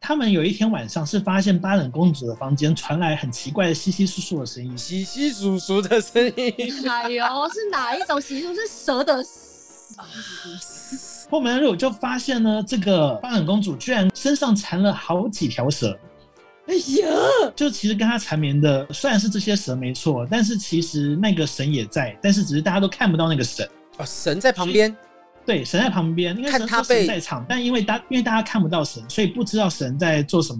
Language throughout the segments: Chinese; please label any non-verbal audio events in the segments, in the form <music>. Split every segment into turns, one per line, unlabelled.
他们有一天晚上是发现巴冷公主的房间传来很奇怪的稀稀疏疏的声音，
稀稀疏疏的声音，
哎呦，是哪一种习俗？是蛇的死？
后门我就发现呢，这个巴冷公主居然身上缠了好几条蛇。
哎呀，
就其实跟她缠绵的虽然是这些蛇没错，但是其实那个神也在，但是只是大家都看不到那个神。
<laughs> 哦，神在旁边，
对，神在旁边，应该
看
神
他
说神
被
在场，但因为大因为大家看不到神，所以不知道神在做什么。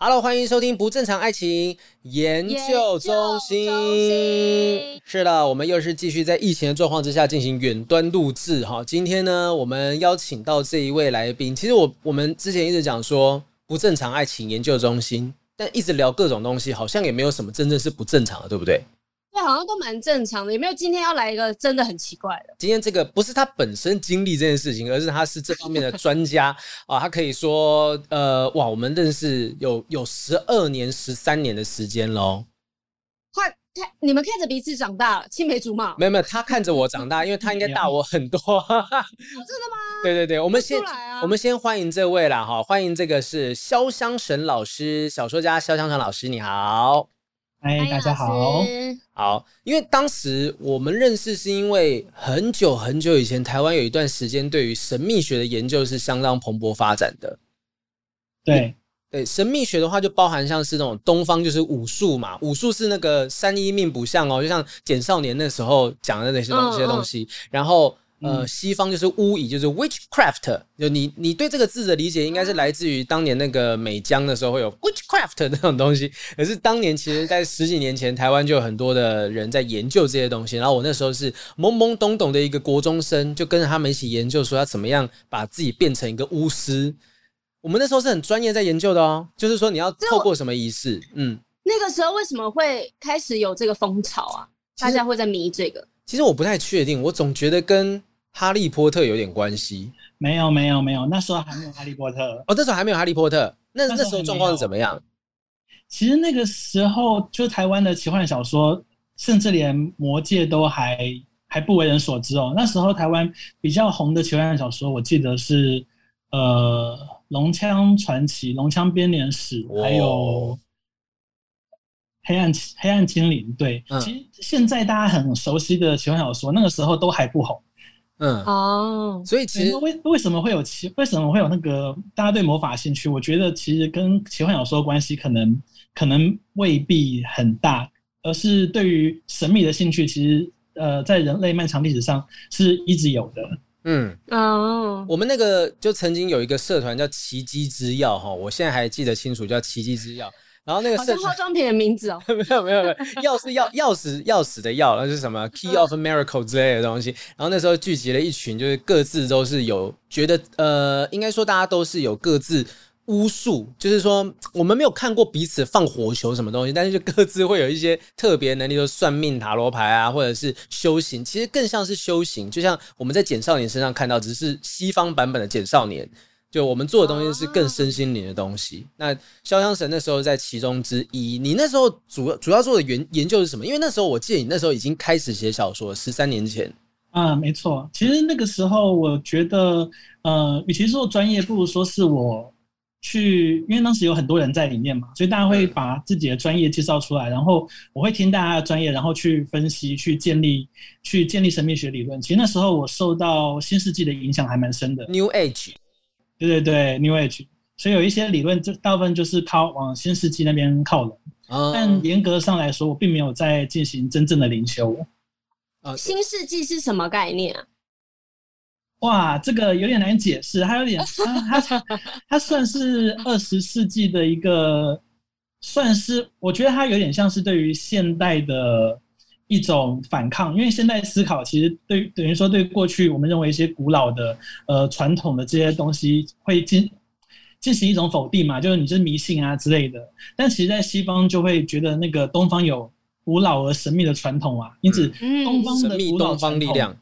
Hello，欢迎收听不正常爱情研究中心。
研究中心
是的，我们又是继续在疫情的状况之下进行远端录制哈。今天呢，我们邀请到这一位来宾，其实我我们之前一直讲说不正常爱情研究中心，但一直聊各种东西，好像也没有什么真正是不正常的，对不对？
对，好像都蛮正常的，有没有今天要来一个真的很奇怪的？
今天这个不是他本身经历这件事情，而是他是这方面的专家 <laughs> 啊，他可以说，呃，哇，我们认识有有十二年、十三年的时间喽。
快，太你们看着彼此长大了，青梅竹马，
没有没有，他看着我长大，因为他应该大我很多。 <laughs>
真的吗？
对对对，我们先
出来啊
我们先欢迎这位啦哈，欢迎这个是潇湘神老师，小说家潇湘神老师，你好。
嗨，哎大家好
欢，迎
好，因为当时我们认识是因为很久很久以前，台湾有一段时间对于神秘学的研究是相当蓬勃发展的。
对
对，神秘学的话就包含像是那种东方就是武术嘛，武术是那个三一命卜相哦，就像简少年那时候讲的那些东
嗯
西、些
嗯
东西。然后呃，
嗯
西方就是巫医，就是 witchcraft，就你你对这个字的理解应该是
嗯
来自于当年那个美江的时候会有 witchcraft 那种东西，可是当年其实在十几年前台湾就有很多的人在研究这些东西，然后我那时候是懵懵懂懂的一个国中生，就跟着他们一起研究说要怎么样把自己变成一个巫师。我们那时候是很专业在研究的哦，就是说你要
是
透
我
过什么仪式，嗯，
那个时候为什么会开始有这个风潮啊？
其
大
实
家会在迷这个？
其实我不太确定，我总觉得跟哈利波特有点关系。
没有没有没有，那时候还没有哈利波特。
哦，那时候还没有哈利波特，那
那时候
那时候状况是怎么样？
其实那个时候，就台湾的奇幻小说，甚至连《魔戒》都还还不为人所知哦。那时候台湾比较红的奇幻小说，我记得是呃《龙枪传奇》《龙枪编年史》，
哦
还有黑暗黑暗精灵，对，
嗯
其实现在大家很熟悉的奇幻小说，那个时候都还不红。
嗯，
哦，
所以其
对
实
那为为什么会有奇？为什么会有那个大家对魔法兴趣？我觉得其实跟奇幻小说关系可能可能未必很大，而是对于神秘的兴趣，其实呃，在人类漫长历史上是一直有的。
嗯，
哦，
我们那个就曾经有一个社团叫奇迹之钥哈，我现在还记得清楚，叫奇迹之钥。然后那个
好
社
像化
团。。
妆品的名字
<laughs>
哦
<laughs> 没有没有没有，钥匙钥钥匙钥匙的钥，那是什么 key of miracle 之类的东西。然后那时候聚集了一群，就是各自都是有觉得呃，应该说大家都是有各自巫术，就是说我们没有看过彼此放火球什么东西，但是就各自会有一些特别能力，就是算命、塔罗牌啊，或者是修行，其实更像是修行，就像我们在简少年身上看到，只是西方版本的简少年。就我们做的东西是更身心灵的东西。那潇湘神那时候在其中之一，你那时候主主要做的研研究是什么？因为那时候我记得你那时候已经开始写小说，十三年前。
啊，没错。其实那个时候，我觉得，呃，与其说专业，不如说是我去，因为当时有很多人在里面嘛，所以大家会把自己的专业介绍出来，然后我会听大家的专业，然后去分析、去建立、去建立神秘学理论。其实那时候我受到新世纪的影响还蛮深的，
New Age，
对对对，New Age。所以有一些理论，就大部分就是靠往新世纪那边靠拢。但
嗯，
严格上来说，我并没有在进行真正的灵修。呃
新世纪是什么概念啊？
哇，这个有点难解释，它有点，它它它算是二十世纪的一个，算是我觉得它有点像是对于现代的一种反抗，因为现代思考其实对于等于说对过去我们认为一些古老的呃传统的这些东西会进进行一种否定嘛，就是你是迷信啊之类的，但其实在西方就会觉得那个东方有古老而神秘的传统啊，因此
嗯
东方
神
的
秘
古老
东方
传
力
统
量。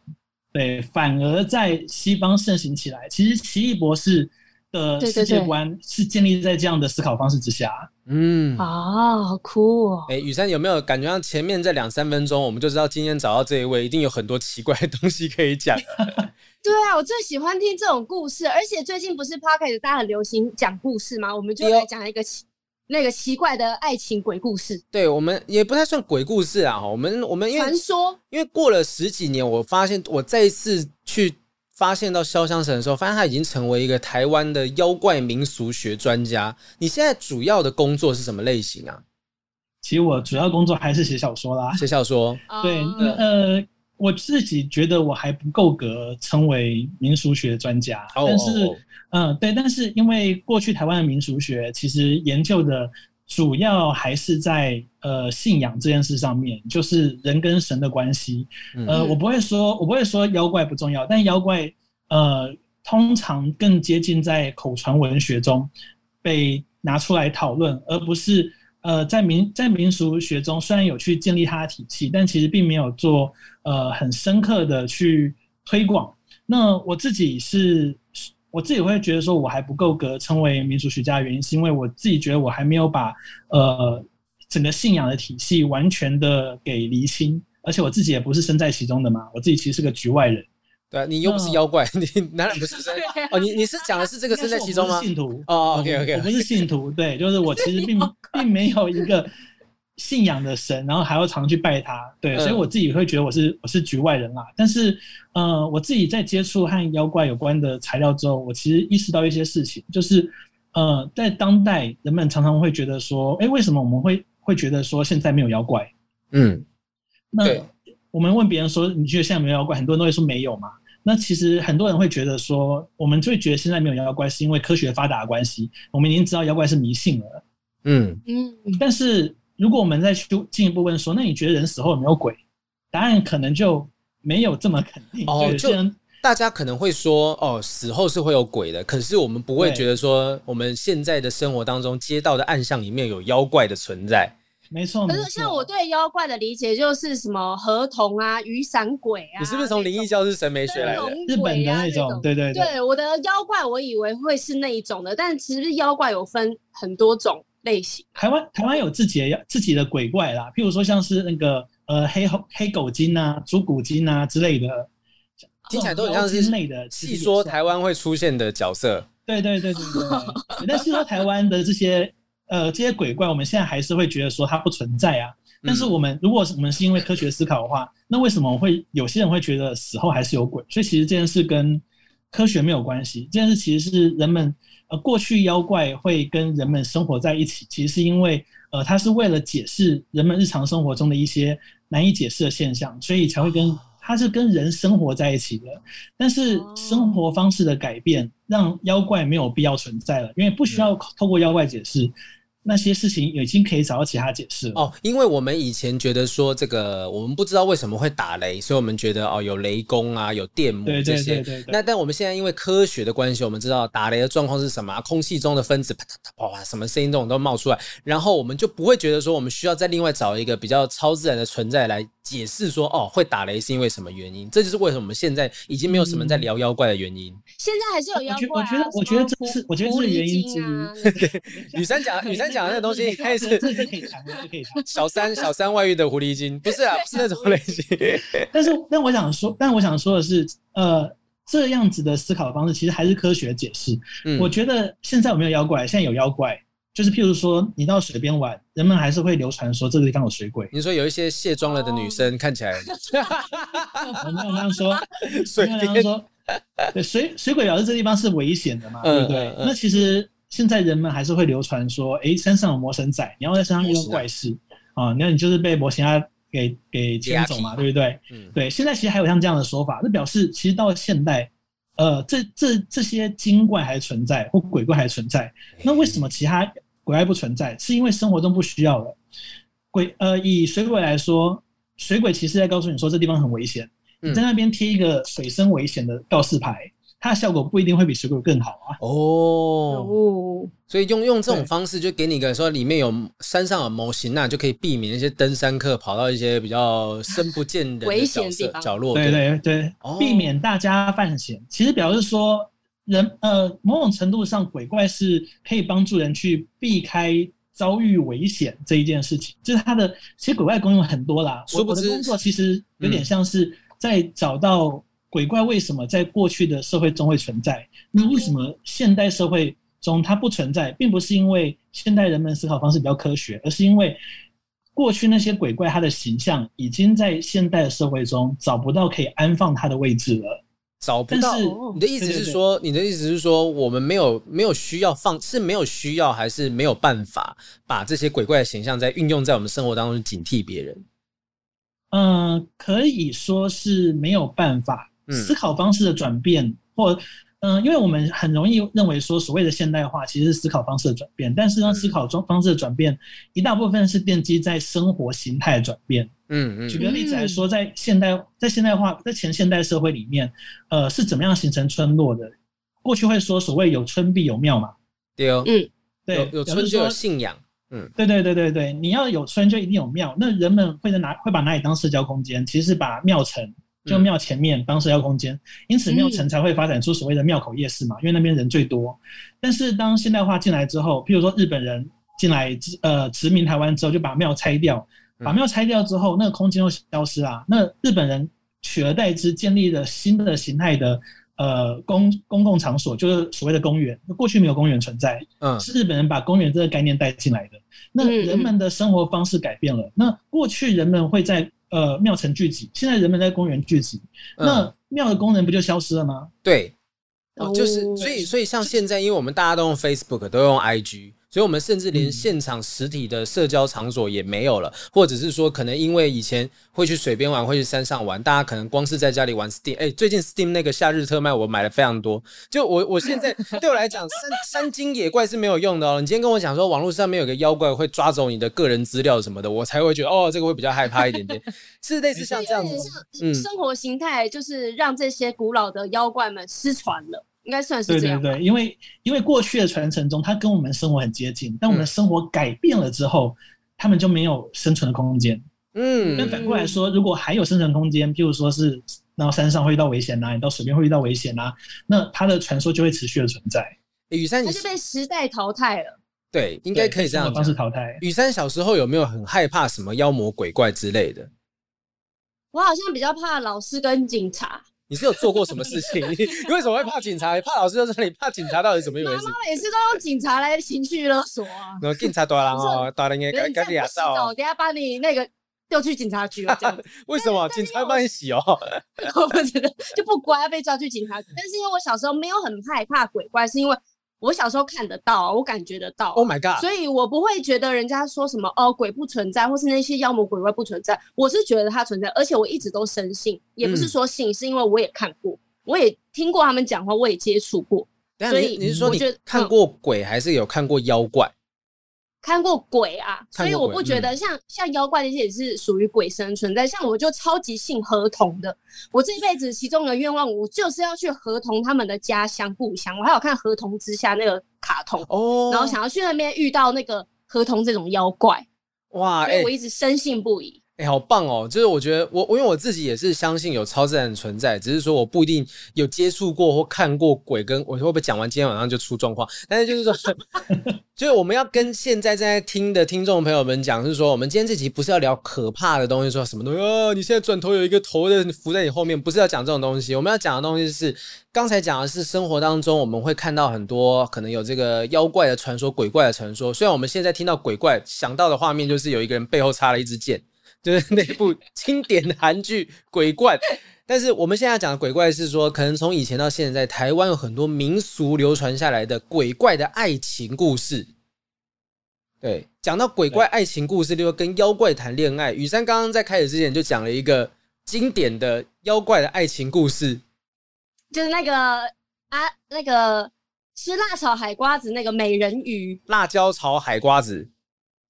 对，反而在西方盛行起来。其实奇异博士的
对对
世界
对
观是建立在这样的思考方式之下。
嗯，
啊，好酷哦！
哎，雨珊有没有感觉到前面这两三分钟，我们就知道今天找到这一位一定有很多奇怪的东西可以讲？
<laughs>
对啊，我最喜欢听这种故事，而且最近不是 p o c a s t 大家很流行讲故事吗？我们就
对哦
来讲一个奇那个奇怪的爱情鬼故事
对我们也不太算鬼故事啊，哈我们我们因为
传说。
因为过了十几年，我发现我再一次去发现到潇湘神的时候，发现他已经成为一个台湾的妖怪民俗学专家。你现在主要的工作是什么类型啊？
其实我主要工作还是写小说啦。
谢笑说，
对，
啊
那呃，我自己觉得我还不够格称为民俗学专家，
哦
但是，
哦哦
嗯、对，但是因为过去台湾的民俗学其实研究的主要还是在呃信仰这件事上面，就是人跟神的关系。
嗯
呃，我不会说，我不会说妖怪不重要，但妖怪呃通常更接近在口传文学中被拿出来讨论，而不是呃在民在民俗学中虽然有去建立它的体系，但其实并没有做呃很深刻的去推广。那我自己是。我自己会觉得说，我还不够格称为民俗学家的原因，是因为我自己觉得我还没有把呃整个信仰的体系完全的给厘清，而且我自己也不是身在其中的嘛，我自己其实是个局外人。
对啊，你又不
嗯
是妖怪，你哪里不是身？
<laughs> 对
<laughs>
啊
哦，你你是讲的是这
这
个身在其中吗？
信徒
哦
我
，OK
我
OK，
不是信徒，对，就是我其实
<laughs>
并并没有一个信仰的神，然后还要常去拜他，对，
嗯
所以我自己会觉得我是我是局外人啦。但是，呃，我自己在接触和妖怪有关的材料之后，我其实意识到一些事情，就是，呃，在当代人们常常会觉得说，哎、为什么我们会会觉得说现在没有妖怪？
嗯，
那
对
我们问别人说，你觉得现在没有妖怪？很多人都会说没有嘛。那其实很多人会觉得说，我们最觉得现在没有妖怪，是因为科学发达的关系，我们已经知道妖怪是迷信了。
嗯，
嗯，
但是如果我们再去进一步问说，那你觉得人死后有没有鬼？答案可能就没有这么肯定。
哦
就有
就
些人
大家可能会说，哦，死后是会有鬼的，可是我们不会
对
觉得说，我们现在的生活当中街道的暗巷里面有妖怪的存在。
没错。
可
没
是
错
像我对妖怪的理解就是什么河童啊、雨伞鬼啊，
你是不是从灵异教室审美学来
灯
的？
笼
日本
鬼
的
啊
那种，对对对，
对我的妖怪，我以为会是那一种的，但其实妖怪有分很多种类型。
台湾台湾有自己的自己的鬼怪啦，譬如说像是那个呃黑猴黑狗精啊、猪骨精啊之类的，
听起来
这
都
种
很像
妖
是
精类的。其实
细
也
说
算
台湾会出现的角色。
对对对对对。但是说台湾的这些呃这些鬼怪，我们现在还是会觉得说它不存在啊。但
嗯
是我们如果是我们是因为科学思考的话，那为什么会有些人会觉得死后还是有鬼？所以其实这件事跟科学没有关系，这件事其实是人们呃过去妖怪会跟人们生活在一起，其实是因为呃它是为了解释人们日常生活中的一些难以解释的现象，所以才会跟它是跟人生活在一起的。但是生活方式的改变，让妖怪没有必要存在了，因为不需要透过妖怪解释那些事情，已经可以找到其他解释了。
哦，因为我们以前觉得说这个，我们不知道为什么会打雷，所以我们觉得哦有雷公啊，有电母
对
这
对
些。
对对对。
那但我们现在因为科学的关系，我们知道打雷的状况是什么啊、空气中的分子啪嗒啪啪啪什么声音这种都冒出来，然后我们就不会觉得说我们需要再另外找一个比较超自然的存在来解释说哦会打雷是因为什么原因，这就是为什么我们现在已经没有什么人在聊妖怪的原因。
现在还是有
我
妖
觉
怪、啊
我觉得我觉得
什么
这是
狐
我觉得
狐
这是
狸
原因
精
之一
啊那
<laughs>
种
雨珊讲雨珊讲的那个东西应该是
这这可以谈的，这可以谈。
小三小三外遇的狐狸精不是啊，不是那种类型。
但是，但我想说，但我想说的是，呃，这样子的思考方式其实还是科学解释。
嗯
我觉得现在有没有妖怪？现在有妖怪，就是譬如说，你到水边玩，人们还是会流传说这个地方有水鬼。
你说有一些卸妆了的女生看起来
我没有那样
<laughs>
说，
水
没有那样
边
说。对，水水鬼表示这地方是危险的嘛，
嗯
对不对
嗯？嗯
那其实现在人们还是会流传说，诶，山上有魔神仔，你要在山上遇到怪事啊，那你就是被魔神啊给给牵走嘛，
压
对不对？
嗯
对，现在其实还有像这样的说法，那表示其实到现代，呃，这这这些精怪还存在，或鬼怪还存在。那为什么其他鬼怪不存在？是因为生活中不需要了。鬼呃，以水鬼来说，水鬼其实在告诉你说这地方很危险，
嗯
你在那边贴一个水深危险的告示牌，它的效果不一定会比水鬼更好啊。
哦，
哦，
所以用用这种
对
方式就给你一个说里面有山上有模型那就可以避免一些登山客跑到一些比较深不见人的
危
角
险的地
色
方
角落。
对对对，
哦
避免大家犯险，其实表示说人呃某种程度上，鬼怪是可以帮助人去避开遭遇危险这一件事情，就是它的其实鬼怪功用很多啦。我
殊不
我的
知嗯
工作其实有点像是在找到鬼怪为什么在过去的社会中会存在，那为什么现代社会中它不存在，并不是因为现代人们思考方式比较科学，而是因为。过去那些鬼怪，它的形象已经在现代的社会中找不到可以安放它的位置了。
找不
但
到。哦
是
你的意思
对对
是
对
说，你的意思是说，我们没有没有需要放，是没有需要，还是没有办法把这些鬼怪的形象在运用在我们生活当中，警惕别人？
嗯，可以说是没有办法，
嗯
思考方式的转变，或嗯、因为我们很容易认为说所谓的现代化其实是思考方式的转变，但是呢，
嗯
思考中方式的转变一大部分是奠基在生活形态的转变。
嗯
举
嗯
个例子来说，在现代在现代化在前现代社会里面，呃，是怎么样形成村落的？过去会说所谓有村必有庙嘛，
对哦，
对，
有有
也就
村
是
就有
说
信仰，
对对对对对，你要有村就一定有庙，那人们会在哪会把哪里当社交空间？其实是把庙城，就
嗯
庙前面当社交空间，因此庙城
嗯
才会发展出所谓的庙口夜市嘛，因为那边人最多。但是当现代化进来之后，譬如说日本人进来呃殖民台湾之后，就把庙拆掉，把
嗯
庙拆掉之后，那个空间又消失啦、那日本人取而代之建立了新的形态的呃公公共场所，就是所谓的公园。过去没有公园存在，
嗯
是日本人把公园这个概念带进来的。那
嗯嗯
人们的生活方式改变了，那过去人们会在呃庙城聚集，现在人们在公园聚集，
嗯，
那庙的功能不就消失了吗？
对，哦，就是
哦
所以所以像现在，因为我们大家都用 Facebook，都用 IG，所以我们甚至连
嗯
现场实体的社交场所也没有了，或者是说，可能因为以前会去水边玩，会去山上玩，大家可能光是在家里玩 Steam。哎、最近 Steam 那个夏日特卖我买了非常多，就我
<laughs>
我现在对我来讲，山山精野怪是没有用的哦。你今天跟我讲说网络上面有个妖怪会抓走你的个人资料什么的，我才会觉得哦，这个会比较害怕一点点，是类似像这样
有点
子。
像
嗯
生活形态，就是让这些古老的妖怪们失传了，应该算
对
是这
对
样吧。
对，因为因为过去的传承中，它跟我们生活很接近，但我们
嗯
生活改变了之后，他们就没有生存的空间。那
嗯
反过来说，如果还有生存空间，譬如说是，然后山上会遇到危险呐、啊你到水边会遇到危险呐、那它的传说就会持续的存在，
欸雨珊，
它
你
就被时代淘汰了。
对应该
对
可以这样
生活方。
讲
式淘汰。
雨珊小时候有没有很害怕什么妖魔鬼怪之类的？
我好像比较怕老师跟警察，
你是有做过什么事
<laughs>
情？你你为什么会怕警察？怕老师就是你怕警察到底是怎么一
妈 <laughs>
回事？
妈每次都用警察来情绪勒索
<laughs>
啊。
然后警察大人哦，大人也
觉得
该
你再
该
不
你
洗
也少
澡，我
哦。
等一下把你那个丢去警察局了，这样子。 <laughs>
为什么警察帮你洗哦？ <laughs>
我不知道，就不乖，要被抓去警察局。但是因为我小时候没有很害怕鬼怪，是因为我小时候看得到啊，我感觉得到啊。
Oh my god！
所以我不会觉得人家说什么哦鬼不存在，或是那些妖魔鬼怪不存在，我是觉得它存在，而且我一直都深信，也不
嗯
是说信，是因为我也看过，我也听过他们讲话，我也接触过，
等一下
所
你
以
你是说
我
你
觉得
看
嗯
过鬼，还是有看过妖怪？
看过鬼啊，所
看
以
过
我
鬼嗯
不觉得像、像妖怪那些也是属于鬼神存在。像我就超级信河童的，我这一辈子其中的愿望，我就是要去河童他们的家乡故乡。我还有看《河童之下》那个卡通，
哦，
然后想要去那边遇到那个河童这种妖怪，
哇，
所以
哎
我一直深信不疑。
哎、好棒哦！就是我觉得我，我因为我自己也是相信有超自然的存在，只是说我不一定有接触过或看过鬼跟。我会不会讲完今天晚上就出状况？但是就是说， <laughs> 就是我们要跟现在正在听的听众朋友们讲，是说我们今天这集不是要聊可怕的东西，说什么东西啊？你现在转头有一个头的浮在你后面，不是要讲这种东西。我们要讲的东西是刚才讲的是生活当中我们会看到很多可能有这个妖怪的传说、鬼怪的传说。虽然我们现在听到鬼怪想到的画面就是有一个人背后插了一支箭。就是那部经典的韩剧《鬼怪》。但是我们现在讲的鬼怪是说，可能从以前到现在，台湾有很多民俗流传下来的鬼怪的爱情故事。对，讲到鬼怪爱情故事，就跟妖怪谈恋爱。雨珊刚刚在开始之前就讲了一个经典的妖怪的爱情故事，
就是那个啊，那个吃辣炒海瓜子那个美人鱼，
辣椒炒海瓜子。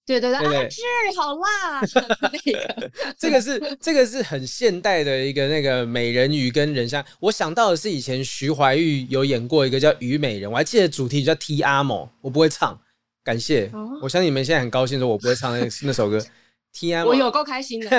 对对对，
对对
啊，是好辣啊那
<laughs>
个 <laughs>
这个是这个是很现代的一个那个美人鱼跟人像，我想到的是以前徐怀钰有演过一个叫《虞美人》，我还记得主题叫《T R M》，我不会唱，感谢，
哦
我相信你们现在很高兴说我不会唱那那首歌《T R M
我》。
<laughs>
有够开心的。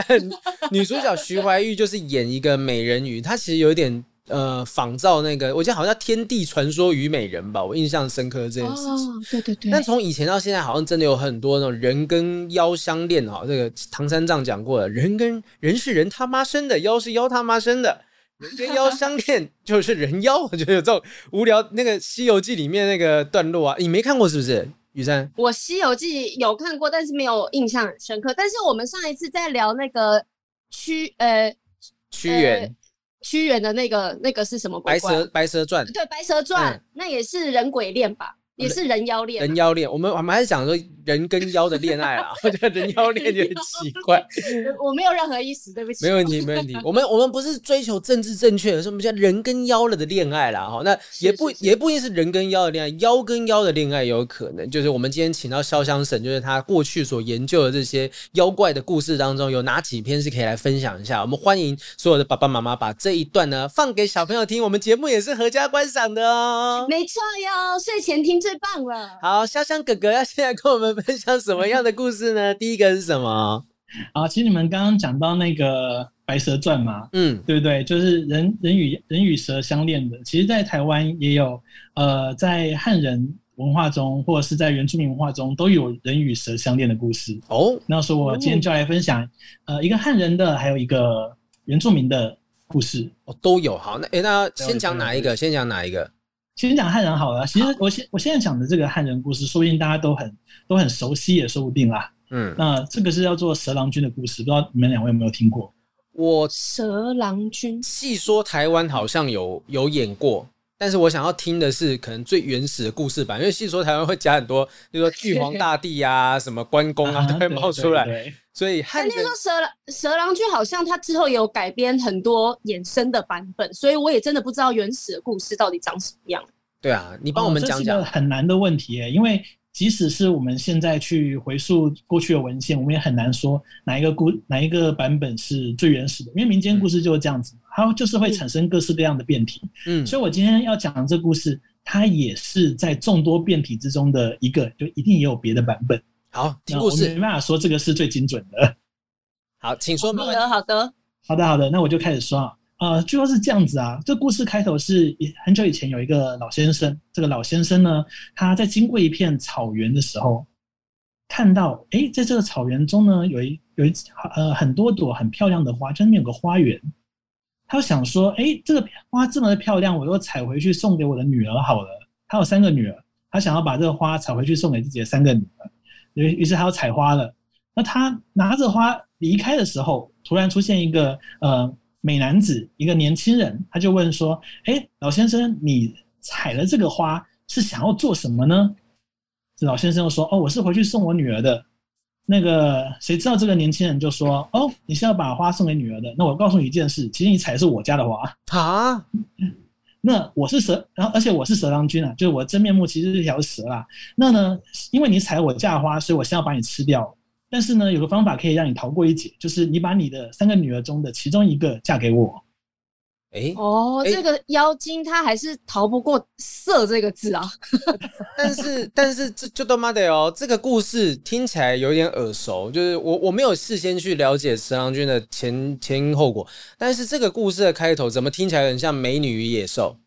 女主角徐怀钰就是演一个美人鱼，她其实有一点呃仿造那个，我记得好像叫《天地传说与美人》吧，我印象深刻这件事情。
<laughs> 哦，对对对，
但从以前到现在，好像真的有很多那种人跟妖相恋哦哈。这个唐三藏讲过的，人跟人是人他妈生的，妖是妖他妈生的，人跟妖相恋就是人妖。我觉得有这种无聊那个《西游记》里面那个段落啊，你没看过是不是？雨山，
我《西游记》有看过，但是没有印象很深刻。但是我们上一次在聊那个屈呃
屈原，
屈原的那个那个是什么鬼
白
怪？
蛇白蛇传》
对《白蛇传》
嗯
那也是人鬼恋吧，也是人妖恋
人
嘛。
妖恋，我们我们还是讲说人跟妖的恋爱啦。啊 <laughs> 我觉得人妖恋有点奇怪，
我我没有任何意思，对不起。
没问题，没问题。
<laughs>
我们我们不是追求政治正确，是我们叫人跟妖了的恋爱啦。哈，那也不
是是
也不一定是人跟妖的恋爱，妖跟妖的恋爱也有可能。就是我们今天请到潇湘神，就是他过去所研究的这些妖怪的故事当中，有哪几篇是可以来分享一下？我们欢迎所有的爸爸妈妈把这一段呢放给小朋友听，我们节目也是合家观赏的哦。
没错哟，睡前听最棒了。
好，潇湘哥哥要现在跟我们分享什么样的故事呢？第一个是什么？
啊，其实你们刚刚讲到那个《白蛇传》嘛，
嗯，
对不对？就是人人与人与蛇相恋的，其实，在台湾也有，呃，在汉人文化中，或者是在原住民文化中，都有人与蛇相恋的故事。
哦，
那所以我今天就来分享，呃，一个汉人的，还有一个原住民的故事。
哦都有。好，那诶，那
解
先讲哪一个？先讲哪一个？
先讲汉人好了，其实我现我现在讲的这个汉人故事，说不定大家都很都很熟悉，也说不定啦。
嗯，
那这个是叫做蛇郎君的故事，不知道你们两位有没有听过？
我
蛇郎君，
细说台湾好像有有演过，但是我想要听的是可能最原始的故事版，因为细说台湾会加很多，比如说玉皇大
<laughs>
帝啊、什么关公啊都会冒出来，
对对
所以汉
但听
人
说蛇郎蛇郎君好像他之后有改编很多衍生的版本，所以我也真的不知道原始的故事到底长什么样。
对啊，你帮我们
哦
讲
这是一
讲
个。很难的问题耶，因为即使是我们现在去回溯过去的文献，我们也很难说哪一个故哪一个版本是最原始的，因为民间故事就是这样子，它就是会产生各式各样的变体。
嗯，
所以我今天要讲的这故事，它也是在众多变体之中的一个，就一定也有别的版本。
好，听
那
故
我
事
没。办法说这个是最精准的。
好，请
哦
说。没
好
问题
的，好的，
好的，好的，那我就开始说啊。呃，据说是这样子啊，这故事开头是以很久以前有一个老先生，这个老先生呢，他在经过一片草原的时候，看到诶，在这个草原中呢，有一有一呃很多朵很漂亮的花，就那边有个花园，他就想说，诶，这个花这么的漂亮，我又采回去送给我的女儿好了。他有三个女儿，他想要把这个花采回去送给自己的三个女儿，于于是他要采花了。那他拿着花离开的时候，突然出现一个呃美男子，一个年轻人，他就问说：“哎，老先生，你采了这个花是想要做什么呢？”这老先生就说：“哦，我是回去送我女儿的。”那个谁知道这个年轻人就说：“哦，你是要把花送给女儿的？那我告诉你一件事，其实你采的是我家的花。
啊，
那我是蛇，然后而且我是蛇郎君啊，就是我真面目其实是一条蛇啦。那呢，因为你采我嫁花，所以我先要把你吃掉。但是呢，有个方法可以让你逃过一劫，就是你把你的三个女儿中的其中一个嫁给我。
诶，
哦，
诶
这个妖精他还是逃不过“色”这个字啊。 <laughs>
但是但是这就他妈的哦，这个故事听起来有点耳熟，就是我我没有事先去了解十郎君的前前因后果，但是这个故事的开头怎么听起来很像《美女与野兽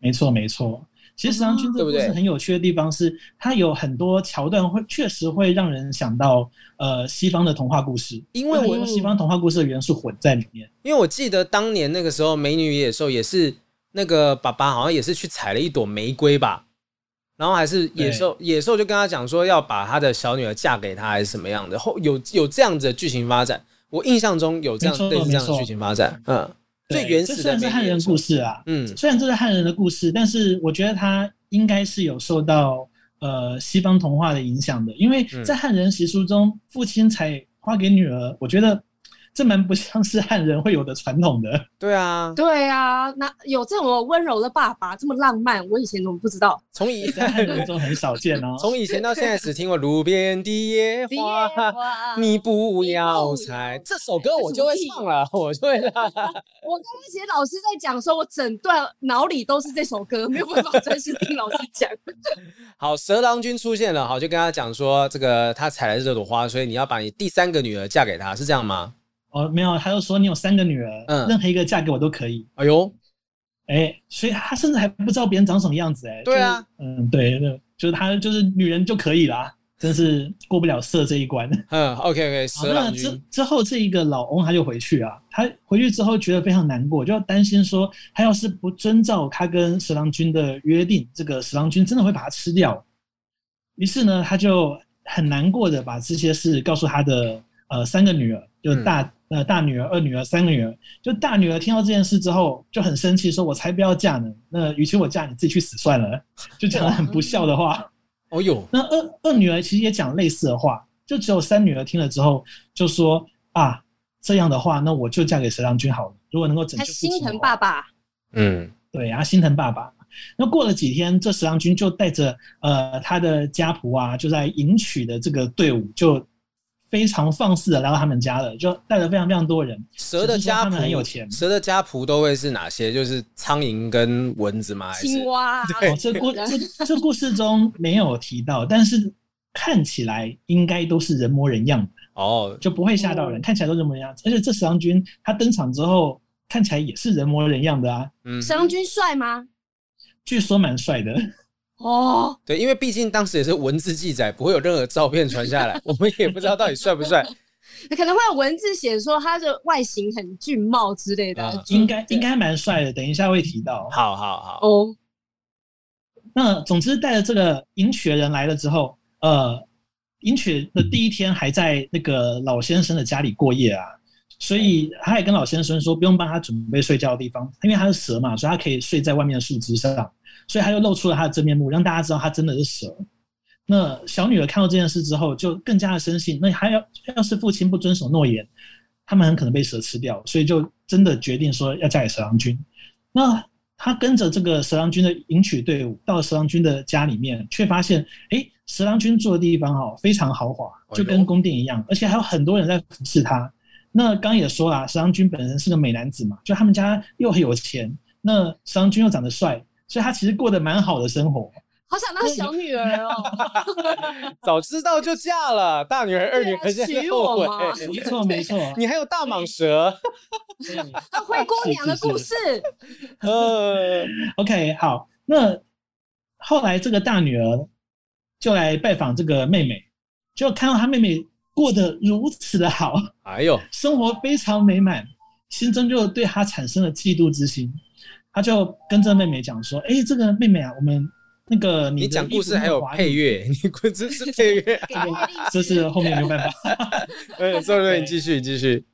没错，没错。其实《十郎君》这
对
个
不
故
哦对
事很有趣的地方是，它有很多桥段会确实会让人想到呃西方的童话故事，
因为
它
我
有西方童话故事的元素混在里面。》，
因为我记得当年那个时候，《美女与野兽》也是那个爸爸好像也是去采了一朵玫瑰吧，然后还是野兽野兽就跟他讲说要把他的小女儿嫁给他还是什么样的，后有有这样子的剧情发展，我印象中有这样
没错
类似这样
没
的
错
剧情发展，嗯，最
对
原
这
始
虽
的
然
美
是汉
女与野
人
兽
故，事啊，
嗯。
虽然这是汉人的故事，但是我觉得它应该是有受到呃西方童话的影响的，因为
嗯
在汉人习俗中，父亲采花给女儿，我觉得这蛮不像是汉人会有的传统的。
对啊，
对啊，那有这么温柔的爸爸，这么浪漫，我以前怎么不知道？
<laughs>
从以。
在汉人中很少见哦
从以前到现在只听过路边的野花，你不要采这首歌我就会唱了，我就会唱了。
我刚刚其实老师在讲说，我整段脑里都是这首歌，没有办法专心听老师 <laughs> 讲。
好，蛇郎君出现了，好，就跟他讲说，这个他采了这朵花，所以你要把你第三个女儿嫁给他，是这样吗？
哦，没有，他就说你有三个女儿，
嗯
任何一个嫁给我都可以。
哎呦，
哎、所以他甚至还不知道别人长什么样子、哎，
对
就
啊
是，嗯，对，对就是他就是女人就可以啦，真是过不了色这一关。
嗯，OK
啊
OK，
好，
蛇
那
郎
啊之
君，
之后这一个老翁他就回去啊，他回去之后觉得非常难过，就担心说他要是不遵照他跟十郎君的约定，这个十郎君真的会把他吃掉。于是呢，他就很难过的把这些事告诉他的呃三个女儿，就是大、呃大女儿、二女儿、三个女儿。就大女儿听到这件事之后就很生气，说：“我才不要嫁呢！那与其我嫁，你自己去死算了。”就讲了很不孝的话。
哦哟，
那二二女儿其实也讲类似的话，就只有三女儿听了之后就说啊，这样的话，那我就嫁给蛇郎君好了。如果能够拯
他
救父亲
心
的话
疼爸爸，
嗯，
对，然后心疼爸爸。那过了几天，这十郎君就带着呃他的家仆啊，就在迎娶的这个队伍就非常放肆的来到他们家了，就带了非常非常多人。
蛇的家
只是说他
仆
们很有钱
蛇的家仆都会是哪些？就是苍蝇跟蚊子吗？还是
青蛙啊，
哦，这故这这故事中没有提到，但是看起来应该都是人模人样的。
哦，
就不会吓到人，
嗯
看起来都人模人样。而且这十郎君他登场之后，看起来也是人模人样的啊，
嗯，
蛇郎君帅吗？
据说蛮帅的。
哦，
对，因为毕竟当时也是文字记载，不会有任何照片 <laughs> 传下来，我们也不知道到底帅不帅。
可能会有文字写说他的外形很俊貌之类的，
嗯
啊应该应该蛮帅的，等一下会提到。
好好好，
哦，
那总之带着这个迎娶的人来了之后，呃，迎娶的第一天还在那个老先生的家里过夜啊，所以他也跟老先生说不用帮他准备睡觉的地方，因为他是蛇嘛，所以他可以睡在外面的树枝上，所以他就露出了他的真面目，让大家知道他真的是蛇。那小女儿看到这件事之后，就更加的深信，那还要要是父亲不遵守诺言，他们很可能被蛇吃掉，所以就真的决定说要嫁给蛇郎君。那他跟着这个蛇郎君的迎娶队伍到蛇郎君的家里面，却发现，哎，蛇郎君住的地方哦非常豪华，
哎呦
就跟宫殿一样，而且还有很多人在服侍他。那刚也说啦，蛇郎君本身是个美男子嘛，就他们家又很有钱，那蛇郎君又长得帅，所以他其实过得蛮好的生活。
好想当小女儿
<laughs>
哦，
早知道就嫁了，大女儿、二女儿
对啊
现在
娶
后
我
悔
嘛，
没错，没错。
你还有大蟒蛇，
灰姑娘的
<laughs>
故
是
事，
呃，
OK，好，那后来这个大女儿就来拜访这个妹妹，就看到她妹妹过得如此的好，
哎呦，
生活非常美满，心中就对她产生了嫉妒之心。她就跟这妹妹讲说：“哎、这个妹妹啊，我们那个你
你
的
讲
衣
故
服
事
那
还
么
有
华丽
配乐， <laughs> 你滚这是配乐
<laughs>
啊，
给阅历史
这是后面没有办法。
呃，sorry，sorry，你继续你继续，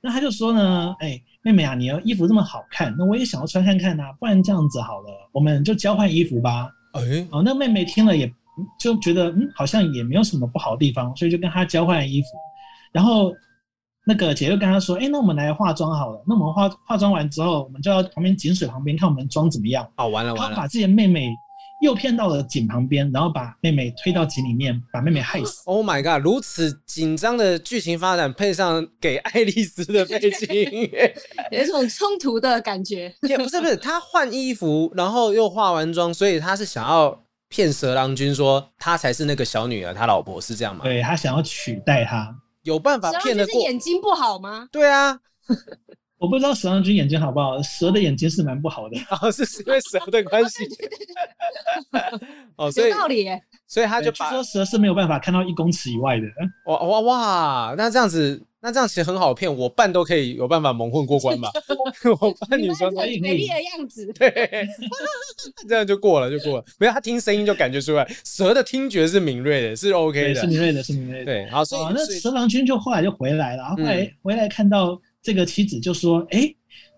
那她就说呢：“哎、妹妹啊，你的衣服这么好看，那我也想要穿看看啊，不然这样子好了，我们就交换衣服吧。”
哎，
哦，那妹妹听了也就觉得嗯，好像也没有什么不好的地方，所以就跟她交换衣服。然后那个姐就跟她说：“哎、那我们来化妆好了。那我们化化妆完之后，我们就到旁边井水旁边看我们妆怎么样。
哦，完”了
她
完了
把，自己的妹妹诱骗到了井旁边，然后把妹妹推到井里面，把妹妹害死。
Oh my god！如此紧张的剧情发展，配上给爱丽丝的
<laughs>
背景音乐，
有一种冲突的感觉，
也不是不是，她换衣服，然后又化完妆，所以她是想要骗蛇郎君说她才是那个小女儿，她老婆是这样吗？
对她想要取代她，
有办
蛇
法
郎
骗
君
得
是
过？
眼睛不好吗？
对啊，
我不知道蛇郎君眼睛好不好，蛇的眼睛是蛮不好的。
然哦后是因为蛇的关
<laughs>
系。哦，所
有
以
道理耶，
所以他就
据
把
说蛇是没有办法看到一公尺以外的。
哇哇哇，那这样子，那这样其实很好骗，我扮都可以有办法蒙混过关吧？ <laughs> 我扮女生
你们很美丽的样子，
<laughs> 对，这样就过了，就过了。没有，他听声音就感觉出来，蛇的听觉是敏锐的，是 OK
对，
的
是。敏锐的，是敏锐的。
对，好，所
哦，
以
那
所以
蛇郎君就后来就回来了，然后后来、
嗯
回来看到这个妻子就说：“哎、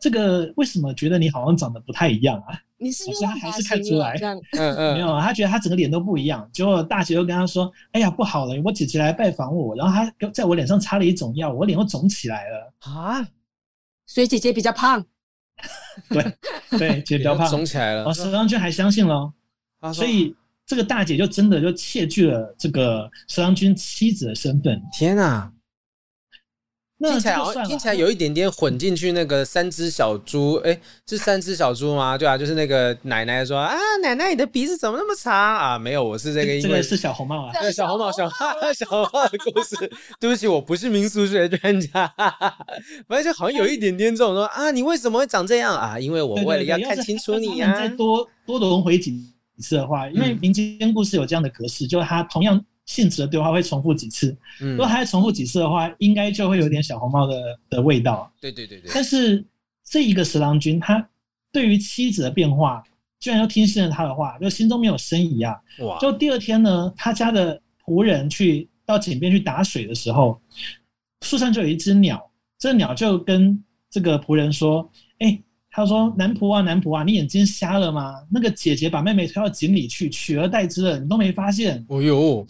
这个为什么觉得你好像长得不太一样啊？
你是不
好像还是看出来
这样
嗯
没
嗯，
有啊，他觉得他整个脸都不一样。结果大姐又跟他说：‘哎呀，不好了，我姐姐来拜访我，然后她给我在我脸上擦了一种药，我脸又肿起来了。
啊，
所以姐姐比较胖，’
对，姐比较胖。
肿起来了嗯
哦，。蛇郎君还相信喽，
他说
所以这个大姐就真的就窃据了这个蛇郎君妻子的身份。
天啊，
那
听起来
这个
好像
算
听起
了
来有一点点混进去那个三只小猪，哎、是三只小猪吗？对啊，就是那个奶奶说啊，奶奶你的鼻子怎么那么长啊？没有，我是这个因
这
为
个是小红帽啊，
那小红帽小小红帽的故事，对不起，我不是民俗学专家，反正就好像有一点点这种说啊，你为什么会长这样啊？因为我
对
为了
对对
要
要
看
是
清
要
楚
是
你
他们
呀、
再多多轮回几次的话，因为
嗯
民间故事有这样的格式，就是它同样性质的对话会重复几次。
嗯
如果，它再重复几次的话，应该就会有点小红帽的的味道。
对对对对，
但是这一个十郎君，他对于妻子的变化，居然又听信了他的话，就心中没有生疑啊。
哇，
就第二天呢，他家的仆人去到井边去打水的时候，树上就有一只鸟，这鸟就跟这个仆人说：“哎、他说男仆啊，男仆啊，你眼睛瞎了吗？那个姐姐把妹妹推到井里去，取而代之了，你都没发现。”
哦呦，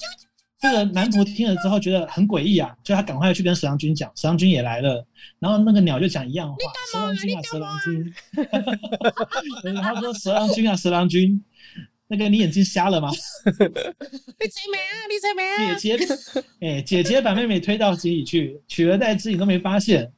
这个男仆听了之后觉得很诡异啊，就他赶快去跟十郎君讲，十郎君也来了，然后那个鸟就讲一样话，十郎君啊，十郎君，所以他说十郎君啊， <laughs> 十郎君，那个你眼睛瞎了吗？
你才没啊，你才没啊，
姐姐，哎、姐姐把妹妹推到井里去，取而代之，你都没发现。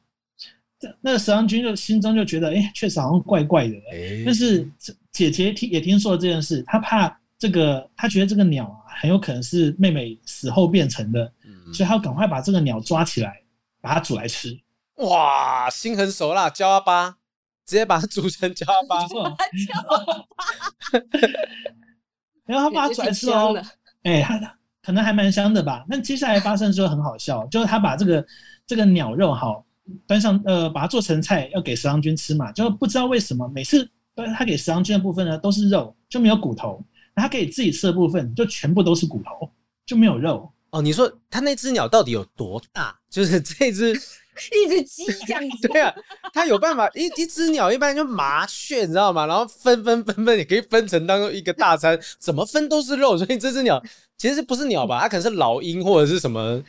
这那个十郎君就心中就觉得，哎、确实好像怪怪的。
哎
但是这姐姐听也听说了这件事，她怕这个，她觉得这个鸟啊，很有可能是妹妹死后变成的，
嗯
所以她要赶快把这个鸟抓起来，把它煮来吃。
哇，心狠手辣，焦阿巴，直接把它煮成焦阿巴
没，
<laughs>
错然后她把它煮来吃
香
哦
的，，
哎、它可能还蛮香的吧。那接下来发生就很好笑，就是他把这个这个鸟肉好端上，呃，把它做成菜要给十郎君吃嘛，就不知道为什么每次端他给十郎君的部分呢都是肉，就没有骨头，那他给自己吃的部分就全部都是骨头，就没有肉。
哦，你说它那只鸟到底有多大？就是这只。
一只鸡这
<laughs>
样子。
<laughs> 对啊，它有办法，一一只鸟一般就麻雀，你知道吗？然后分分分分，也可以分成当做一个大餐，怎么分都是肉，所以这只鸟其实不是鸟吧？它可能是老鹰或者是什
<laughs>
么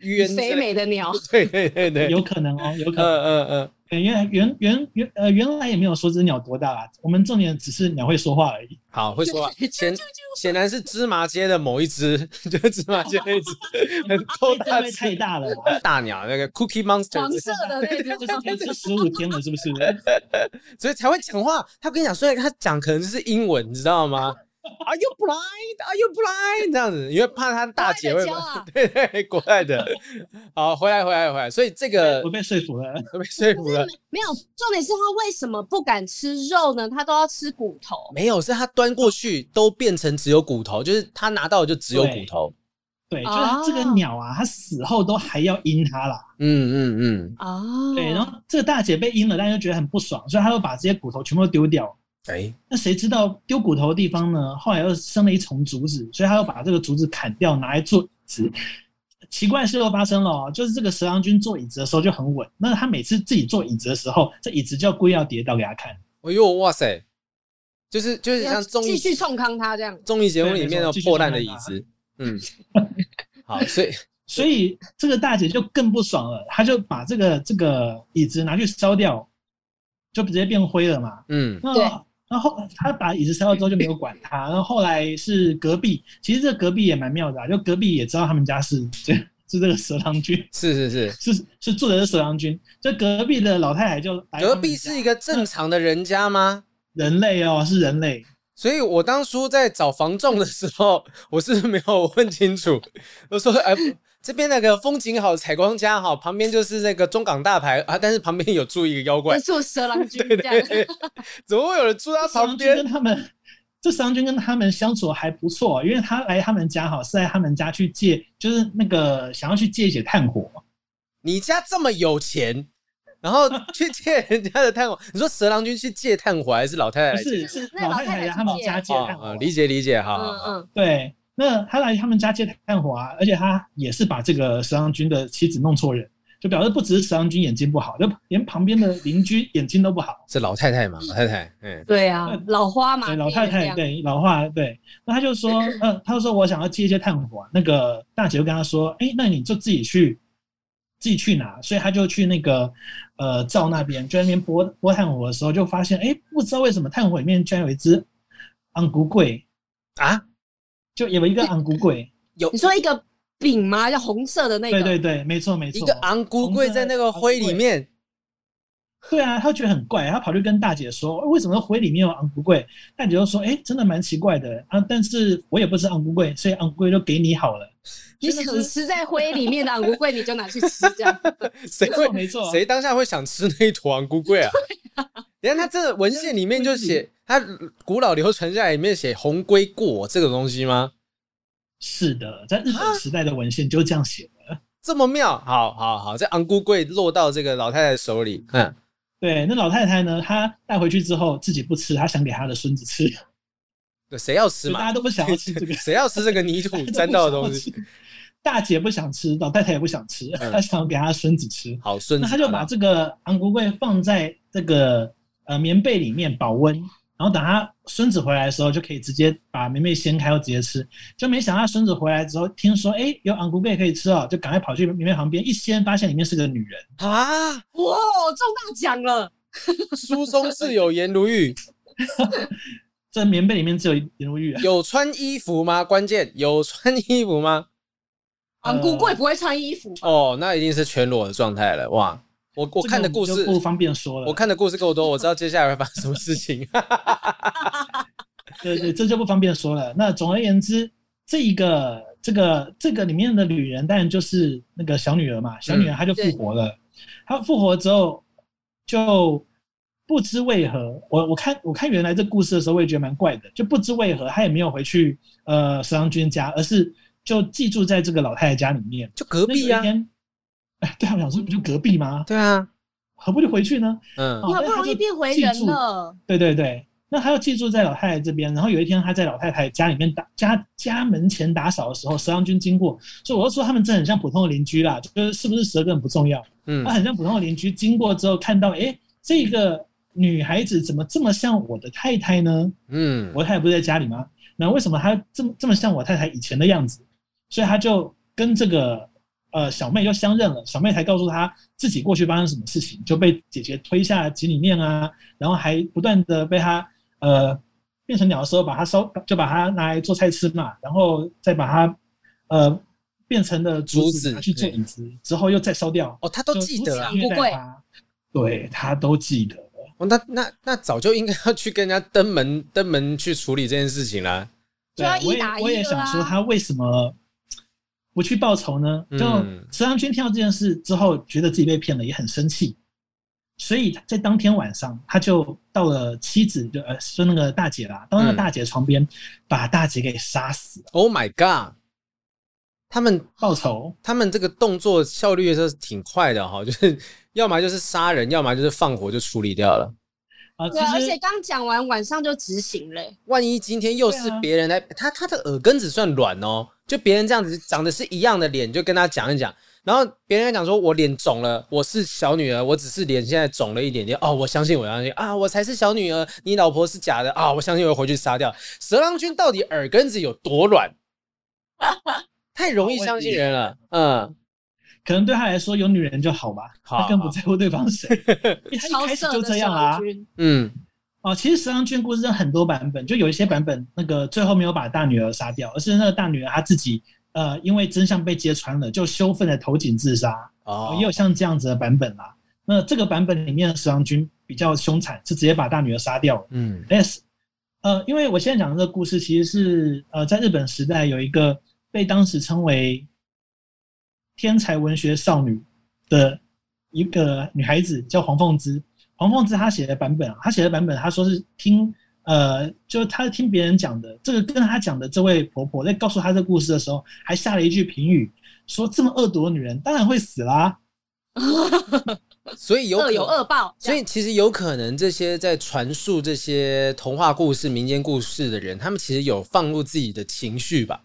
鸢之类
肥
的。
美的鸟，
对对对对，
有可能哦，有可
嗯
能。
嗯嗯，
对原来原原原呃原来也没有说这只鸟多大啦，我们重点只是鸟会说话而已。
好会
<laughs>
说话，显显然是芝麻街的某一只， <laughs> 就是芝麻街那一只，很
会
够
不
大
会
只
哎太大了啦？
大鸟，那个 Cookie
黄
Monster，
色的那
就
只，
是连吃十五天了，是不是？
所以才会讲话。他跟你讲，虽然他讲可能是英文，你知道吗？Are you blind? Are you blind? 这样子，因为怕他大姐会
<laughs> 国外的教啊
对对对，国外的。 <laughs> 好，回来回来回来，所以这个
我被说服了。
我被说服
可是
了
没。没有重点是他为什么不敢吃肉呢？他都要吃骨头。
没有，是他端过去都变成只有骨头，就是他拿到的就只有骨头。
对，就是它这个
哦
鸟啊，它死后都还要阴它啦。
嗯嗯嗯，
哦，
对，然后这个大姐被阴了，但又觉得很不爽，所以她又把这些骨头全部都丢掉。
哎、
那谁知道丢骨头的地方呢？后来又生了一丛竹子，所以她又把这个竹子砍掉，拿来做椅子。奇怪的事又发生了、哦，就是这个蛇郎君坐椅子的时候就很稳，那他每次自己坐椅子的时候，这椅子就要故意要跌倒给他看。
哎呦，哇塞，就是就是
要
像综艺
继续冲康他
<laughs>
这样。
综艺节目
对
里
没
面
错继
那种
续
破烂的
看
椅
看它
子。嗯，好，所以
所以这个大姐就更不爽了，她就把这个这个椅子拿去烧掉，就直接变灰了嘛。
嗯
那
对
然后他把椅子烧了之后就没有管他，然后后来是隔壁，其实这隔壁也蛮妙的、啊，就隔壁也知道他们家是这是这个蛇郎君，
是是是，
是是住的是蛇郎君，这隔壁的老太太就来
隔壁是一个正常的人家吗？
人类哦，是人类，
所以我当初在找房仲的时候，我是没有问清楚，我说哎。这边那个风景好，采光佳好，旁边就是那个中港大排啊，但是旁边有住一个妖怪
在，做蛇郎
<laughs>
君
对
这样，
对，怎么会有人住他
蛇郎
旁
君
边
跟？他们。这蛇郎君跟他们相处还不错，因为他来他们家哈，是来他们家去借，就是那个想要去借一些炭火，
你家这么有钱，然后去借人家的炭火，你说蛇郎君去借炭火还是老太太
不
来借？
是是老太太来他们家借炭
哦，
火啊
哦，理解理解，好好
嗯
好，
嗯，
对，那他来他们家借炭火啊，而且他也是把这个蛇郎君的妻子弄错人，就表示不只是蛇郎君眼睛不好，就连旁边的邻居眼睛都不好。
是老太太嘛，老太太，嗯，
对啊
嗯，
老花嘛，
对，老太太
变成这样
对老话对，那他就说，呃，他就说我想要借一些炭火啊、那个大姐就跟他说，哎，那你就自己去。自己去拿，所以他就去那个，呃，灶那边，就在那边拨拨炭火的时候，就发现，哎、不知道为什么炭火里面居然有一只昂古鬼，
啊，
就有一个昂古鬼，
有
你说一个饼吗？叫红色的那个，
对对对，没错没
一
错
个，昂咕跪在那个灰里面，
对啊，他觉得很怪，他跑去跟大姐说，哎为什么回里面有昂古贵？大姐就说，哎、真的蛮奇怪的啊，但是我也不吃昂古贵，所以昂古贵就给你好了。
你
所以
想
那时候
吃在灰里面的昂贵，你就拿去吃，
<laughs>
这样
<laughs> 谁
没
会
错没错，
谁当下会想吃那一坨昂咕贵
<laughs>
啊？你看他这文献里面就写，他古老流传下来里面写红龟过这个东西吗？
是的，在日
啊
本时代的文献就这样写的。
这么妙，好好好，这昂咕贵落到这个老太太手里，嗯，
对，那老太太呢，她带回去之后自己不吃，她想给她的孙子吃，
对谁要吃
就大
嘛
家？都不想要吃这个
<laughs> 谁要吃这个泥土沾到的
<laughs>
东西？。
大姐不想吃，老太太也不想吃，
嗯
她想要给她孙子吃。
好孙子，
那他就
好吧
把这个昂古贵放在这个呃棉被里面保温，然后等他孙子回来的时候，就可以直接把棉被掀开，又直接吃。就没想到他孙子回来之后，听说哎、诶有昂古贵可以吃哦，就赶快跑去棉被旁边一掀，发现里面是个女人。
啊，
哇，中大奖了！
书中自有颜如玉，
这棉被里面只有颜如玉、啊，
有穿衣服吗？关键有穿衣服吗？
昂
呃
贵不会穿衣服，
哦，那一定是全裸的状态了，哇！我我看的故
这个
事
我们就不方便说了。
<laughs> 我看的故事够
<laughs>
多，我知道接下来会发生什么事情。
对对，这就不方便说了。那总而言之，这一个这个这个里面的女人，当然就是那个小女儿嘛。小
嗯
女儿她就复活了，她复活之后就不知为何，我我看我看原来这故事的时候，我也觉得蛮怪的，就不知为何她也没有回去呃蛇郎君家，而是就寄住在这个老太太家里面。
就隔壁呀、
那有一天哎，对啊，我想说不就隔壁吗？
对啊，
何不就回去呢？
嗯
哦
你好不容易变回人了，
对对对，那他要寄住在老太太这边。然后有一天他在老太太家里面打家家门前打扫的时候，蛇郎君经过，所以我就说他们真的很像普通的邻居啦，就是是不是蛇根本不重要，他
嗯，
很像普通的邻居。经过之后看到，诶，这个女孩子怎么这么像我的太太呢？
嗯，
我太太不是在家里吗？那为什么她这么这么像我太太以前的样子？所以他就跟这个呃小妹就相认了，小妹才告诉他自己过去发生什么事情，就被姐姐推下井里面啊，然后还不断的被她呃变成鸟的时候把它烧，就把它拿来做菜吃嘛，然后再把它呃变成了竹
竹
子
子
拿去做
对
椅子，之后又再烧掉，
哦，他都记得
了
啊
就，不贵，
对他都记得。
哦、那那那早就应该要去跟人家登门 <laughs> 登门去处理这件事情啦。
就
对，
要一打一
我也。我也
了
想
啊
说，他为什么不去报仇呢？
嗯
就池上君听到这件事之后，觉得自己被骗了，也很生气，所以在当天晚上，他就到了妻子就呃说那个大姐啦，到那
嗯
个大姐床边，把大姐给杀死了，
Oh my god！他们
报仇。
他们这个动作效率是挺快的哈、就是 <laughs> 要么就是杀人，要么就是放火就处理掉了。
啊，其
对啊，而且
实
刚讲完晚上就执行欸嘞、
万一今天又是
对啊
别人来，他他的耳根子算软哦，就别人这样子长得是一样的脸，就跟他讲一讲，然后别人讲说我脸肿了，我是小女儿，我只是脸现在肿了一点点，哦，我相信我相信啊，我才是小女儿，你老婆是假的啊，我相信我回去杀掉。蛇郎君到底耳根子有多
<laughs>
软？太容易相信人了，嗯，
可能对他来说，有女人就好吧，
好
他更不在乎对方是谁，因
<laughs>
为他
超
一开始
色
就
的
这样啊
小
啦、
君
嗯
哦，其实《十郎卷故事》真的很多版本，就有一些版本那个最后没有把大女儿杀掉，而是那个大女儿她自己呃，因为真相被揭穿了，就羞愤的投井自杀、
哦
也有像这样子的版本啦。那这个版本里面的十郎君比较凶残，是直接把大女儿杀掉了。
嗯
S，呃，因为我现在讲的这个故事其实是呃，在日本时代有一个被当时称为天才文学少女的一个女孩子叫黄凤芝。黄凤芝她写的版本啊，她写的版本她说是听呃，就她听别人讲的，这个跟她讲的这位婆婆在告诉她这故事的时候，还下了一句评语，说这么恶毒的女人当然会死啦。
所以有可
恶有恶报，
所以其实有可能，这些在传述这些童话故事、民间故事的人，他们其实有放入自己的情绪吧。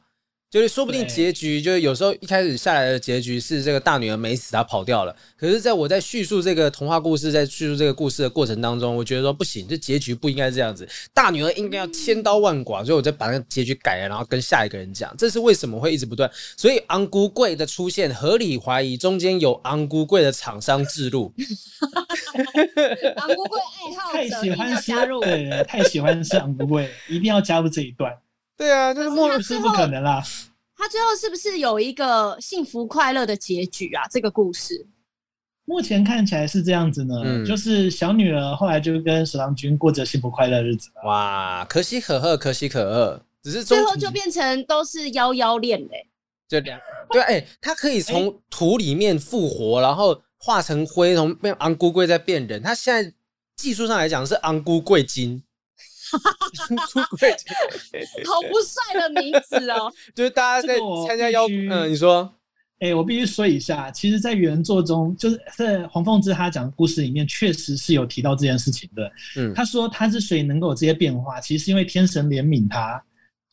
就是说不定
对
结局，就是有时候一开始下来的结局是这个大女儿没死，她跑掉了。可是，在我在叙述这个童话故事，在叙述这个故事的过程当中，我觉得说不行，这结局不应该这样子，大女儿应该要千刀万剐，所以我再把那个结局改了，然后跟下一个人讲，这是为什么会一直不断。所以昂咕贵的出现，合理怀疑中间有昂咕贵的厂商置入。
这样昂贵爱好者
太喜
一定
欢
要
吃
加入，
对，
<laughs>
太喜欢吃昂不贵，一定要加入这一段。
<laughs> 对啊，就是
可是
莫
他
不是不可能啦，
他最后是不是有一个幸福快乐的结局啊？这个故事，
目前看起来是这样子呢，
嗯
就是小女儿后来就跟蛇郎君过着幸福快乐日子了。
哇，可喜可贺，可喜可贺。只是中
最后
途
就变成都是幺幺恋嘞。
就两对，哎、它可以从土里面复活，然后化成灰，从变昂咕贵再变人。它现在技术上来讲是昂咕贵
<laughs>
金， <laughs> 昂咕贵金
好不帅的名字
<laughs>
哦！
就是大家在
这个我
参加邀，
必须
嗯、你说
哎、我必须说一下，其实，在原作中，就是在黄凤之他讲的故事里面，确实是有提到这件事情的。
嗯
他说他之所以能够有这些变化，其实是因为天神怜悯他，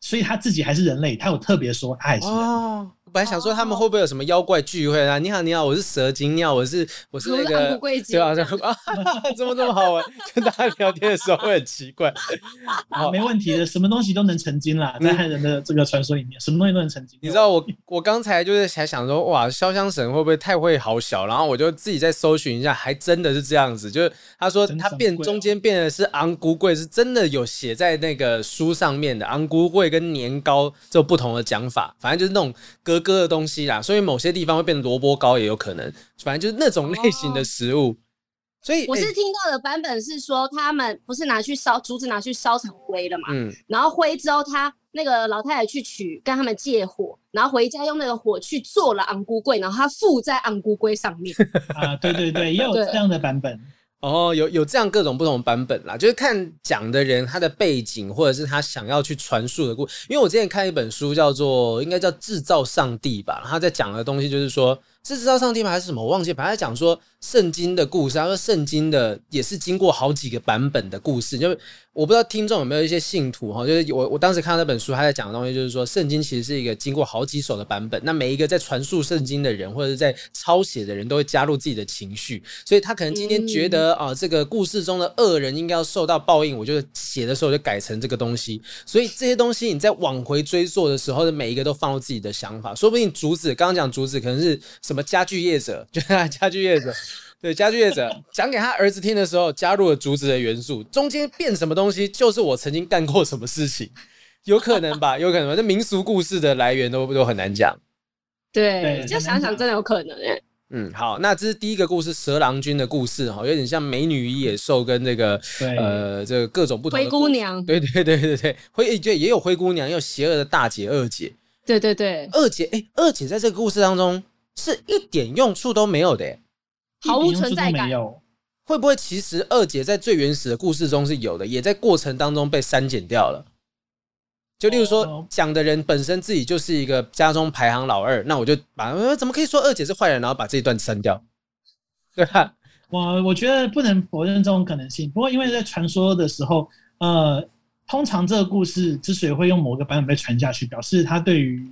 所以他自己还是人类。他有特别说他还是人类
哦。我本来想说他们会不会有什么妖怪聚会啊？你好，你好，我是蛇精，你好，我是我是那
我是
个
昂咕贵金
对啊，对 <laughs> 啊，啊怎么这么好玩？ <laughs> 就大家聊天的时候会很奇怪。
啊，
哦
没问题的，什么东西都能成精啦，在汉人的这个传说里面，什么东西都能成精。
嗯你知道我我刚才就是才想说，哇，潇湘神会不会太会好小？然后我就自己再搜寻一下，还真的是这样子。就是他说
真
他
掌
变
柜哦
中间变的是昂古贵，是真的有写在那个书上面的昂古贵跟年糕这不同的讲法，反正就是那种格格的东西啦。所以某些地方会变萝卜糕也有可能，反正就是那种类型的食物。所以
哦我
哎
是听到的版本是说，他们不是拿去烧竹子，拿去烧成灰了嘛？
嗯
然后灰之后，他那个老太太去取，跟他们借火，然后回家用那个火去做了昂菇柜，然后他附在昂菇柜上面。
啊？对对对，也有
对
这样的版本。
哦，有有这样各种不同版本啦，就是看讲的人他的背景，或者是他想要去传述的故因为我之前看一本书叫做应该叫《制造上帝》吧，他在讲的东西就是说是制造上帝吗还是什么，我忘记了，反正他讲说圣经的故事，他说圣经的也是经过好几个版本的故事，就是我不知道听众有没有一些信徒哈，就是我我当时看到那本书，他在讲的东西就是说圣经其实是一个经过好几手的版本，那每一个在传述圣经的人或者是在抄写的人都会加入自己的情绪，所以他可能今天觉得啊、这个故事中的恶人应该要受到报应，我就写的时候就改成这个东西。所以哦这些东西你在往回追溯的时候，每一个都放入自己的想法。说不定竹子刚刚讲竹子可能是什么家具业者，就是他的家具业者。对家具业者讲给他儿子听的时候，加入了竹子的元素，中间变什么东西，就是我曾经干过什么事情，有可能吧，有可能吧。这民俗故事的来源都都很难讲。
对，
对
就想想真的有可能哎、
嗯，好，那这是第一个故事，蛇郎君的故事哈，有点像美女与野兽跟这个
对
呃这个各种不同
灰
的故
姑。娘，
对对对对对，灰对也有灰姑娘，也有邪恶的大姐、二姐、
对对对，
二姐。哎，二姐在这个故事当中是一点用处都没有的诶。
毫无
一点用处
存在
都
感
没有。
会不会其实二姐在最原始的故事中是有的，也在过程当中被删减掉了？就例如说
哦，
讲的人本身自己就是一个家中排行老二，那我就把、呃、怎么可以说二姐是坏人，然后把这一段删掉， <laughs> 对啊吧？
我我觉得不能否认这种可能性。不过因为在传说的时候，呃，通常这个故事之所以会用某个版本被传下去，表示它对于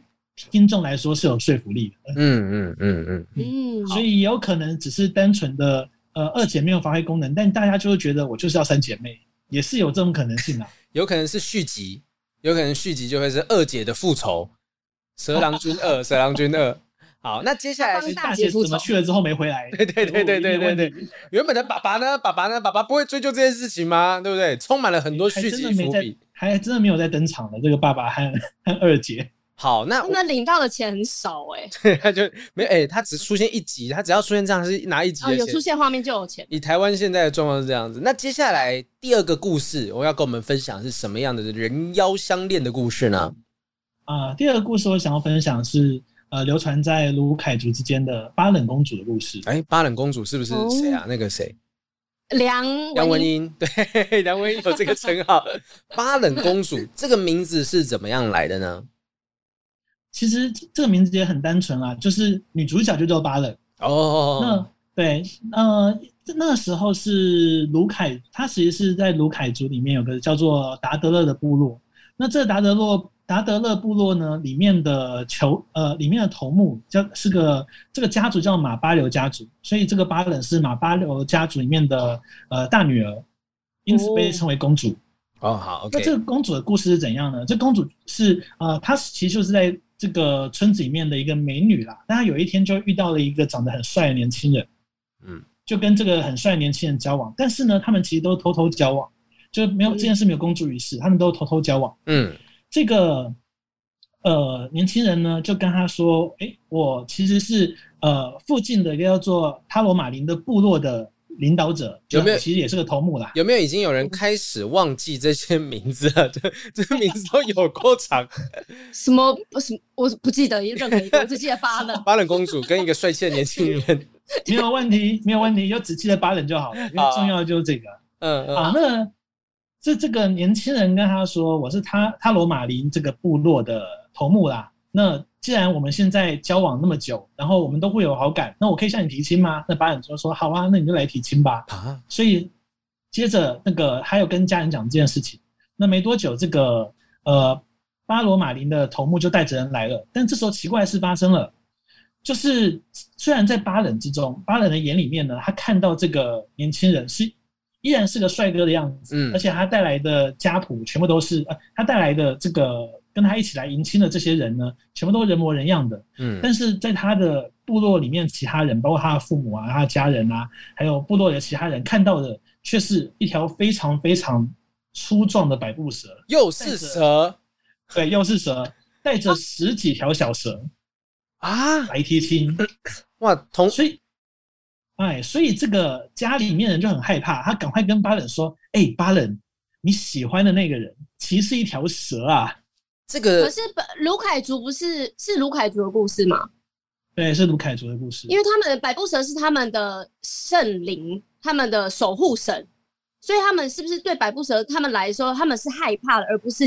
听众来说是有说服力的，
嗯嗯嗯嗯，
嗯，
所以也有可能只是单纯的呃二姐没有发挥功能，但大家就会觉得我就是要三姐妹，也是有这种可能性
<laughs>
啊。
有可能是续集，有可能续集就会是二姐的复仇，蛇郎君
<laughs>
二，蛇郎君二。好，那接下来是
帮大
大
姐
姐
复仇
怎么去了之后没回来？对
对对对对对对，原本的爸爸呢？爸爸呢？爸爸不会追究这件事情吗？对不对？充满了很多
还
续
真
集
的没
伏
在
笔。，
还真的没有在登场的这个爸爸和和二姐。
好，那
他
我
们哦领到的钱很少哎、
<laughs> 他就没哎、他只出现一集，他只要出现这样是拿一集
哦，
的
有
钱
出。现画面就有钱。
以台湾现在的状况是这样子，那接下来第二个故事，我要跟我们分享是什么样的人妖相恋的故事呢？
啊、第二个故事我想要分享是呃，流传在卢凯族之间的巴冷公主的故事。
哎、巴冷公主是不是
哦
谁啊？那个谁？
梁
梁文
英
音，对， <laughs> 梁文音有这个称号。巴冷公主这个名字是怎么样来的呢？
其实这这个名字也很单纯啊，就是女主角就叫巴冷。
哦
嗯
那，对，呃，那个时候是卢凯，他其实是在卢凯族里面有个叫做达德勒的部落。那这个达德洛达德勒部落呢，里面的酋呃，里面的头目叫是个这个家族叫马巴流家族，所以这个巴冷是马巴流家族里面的呃大女儿，因此被称为公主。
哦，好
那这
，OK，
个公主的故事是怎样呢？这公主是呃，她其实就是在这个村子里面的一个美女啦。但她有一天就遇到了一个长得很帅的年轻人，
嗯，
就跟这个很帅的年轻人交往。但是呢，他们其实都偷偷交往，就没有这
嗯
件事没有公诸于世，他们都偷偷交往。
嗯，
这个呃年轻人呢就跟他说，哎、我其实是呃附近的一个叫做塔罗马林的部落的领导者，
有没有
就其实也是个头目啦。
有没有已经有人开始忘记这些名字了？ <laughs> 这这名字都有够长，
什么什么，我不记得任何一个，我只记得
<laughs>
巴冷。
巴冷公主跟一个帅气的年轻人，
没有问题，没有问题，就只记得八人就好了，因为重要的就是这个。
嗯嗯
啊，那这这个年轻人跟他说，我是他他罗马林这个部落的头目啦。那既然我们现在交往那么久，然后我们都会有好感，那我可以向你提亲吗？那巴人就说好啊，那你就来提亲吧。
啊，
所以接着那个还有跟家人讲这件事情。那没多久，这个呃巴罗马林的头目就带着人来了，但这时候奇怪的事发生了，就是虽然在巴人之中，巴人的眼里面呢，他看到这个年轻人是依然是个帅哥的样子，
嗯
而且他带来的家谱全部都是呃他带来的这个跟他一起来迎亲的这些人呢，全部都人模人样的，
嗯
但是在他的部落里面，其他人，包括他的父母啊、他的家人啊，还有部落里的其他人看到的，却是一条非常非常粗壮的百步蛇，
又是蛇
对，又是蛇，带着十几条小蛇
啊！
来提亲，
哇，同
所以，哎，所以这个家里面人就很害怕，他赶快跟巴冷说：“哎、巴冷，你喜欢的那个人其实是一条蛇啊。”
这
可
个
是本卢凯族不是是卢凯族的故事吗？
对，是卢凯族的故事。
因为他们的百步蛇是他们的圣灵，他们的守护神，所以他们是不是对百步蛇他们来说，他们是害怕的，而不是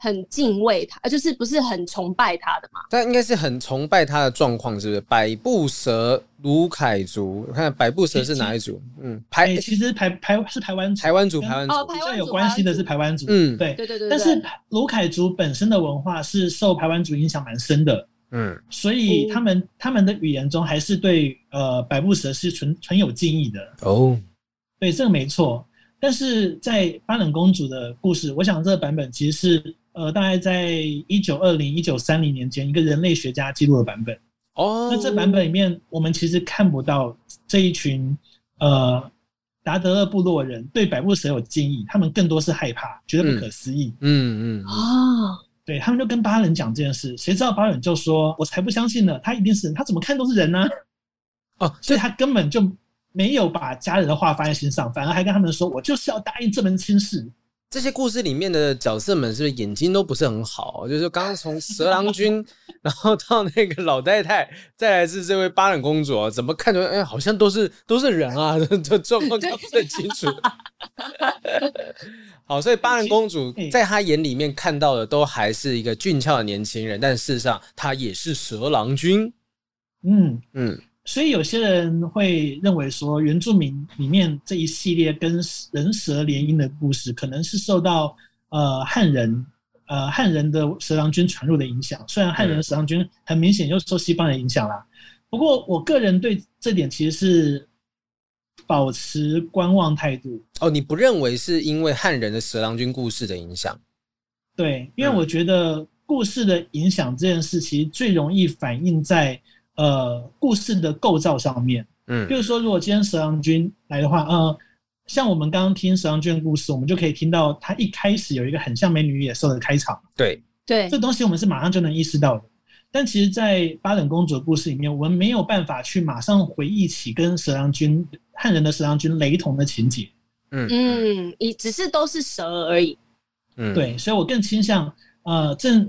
很敬畏他，呃就是不是很崇拜他的嘛？
但应该是很崇拜他的状况，是不是？百步蛇、卢凯族，我看百步蛇是哪一组？嗯，
哎、
排
其实排排是台湾族
台湾族，台湾
哦，
族，
排
比较
湾
有
族
关系的是，排湾族，
嗯
对。
对对对对，
但是卢凯族本身的文化是受排湾族影响蛮深的，
嗯，
所以
嗯
他们、他们的语言中还是对呃百步蛇是存存有敬意的。
哦，
对，这个没错。但是在巴冷公主的故事，我想这个版本其实是呃大概在一九二零一九三零年间一个人类学家记录的版本。
哦，
那这版本里面，我们其实看不到这一群呃达德勒部落人对百步蛇有敬意，他们更多是害怕，觉得不可思议。
嗯，嗯嗯，
啊，
对他们就跟巴人讲这件事，谁知道巴人就说：“我才不相信呢，他一定是人，他怎么看都是人呢、
哦，
所以他根本就没有把家人的话放在心上，反而还跟他们说：“我就是要答应这门亲事。
这些故事里面的角色们是不是眼睛都不是很好？就是刚刚从蛇郎 <laughs> 君，然后到那个老太太，再来是这位巴冷公主、哦，怎么看着哎，好像都是都是人啊，这这状况搞不是很清楚。 <laughs> 好，所以巴冷公 <laughs> 主
嗯
在她眼里面看到的都还是一个俊俏的年轻人，但事实上她也是蛇郎君。”
嗯，
嗯，
所以有些人会认为说，原住民里面这一系列跟人蛇联姻的故事，可能是受到呃汉人呃汉人的蛇郎君传入的影响。虽然汉人的蛇郎君很明显又受西方人影响啦，不过我个人对这点其实是保持观望态度。
哦，你不认为是因为汉人的蛇郎君故事的影响？
对，因为
嗯
我觉得故事的影响这件事，其实最容易反映在呃故事的构造上面。比
嗯
如说，如果今天蛇郎君来的话，呃，像我们刚刚听蛇郎君的故事，我们就可以听到他一开始有一个很像美女与野兽的开场，
对，
对
这东西我们是马上就能意识到的。但其实，在巴冷公主的故事里面，我们没有办法去马上回忆起跟蛇郎君汉人的蛇郎君雷同的情节，
嗯
嗯，也只是都是蛇而已。
嗯，
对，所以我更倾向，呃，正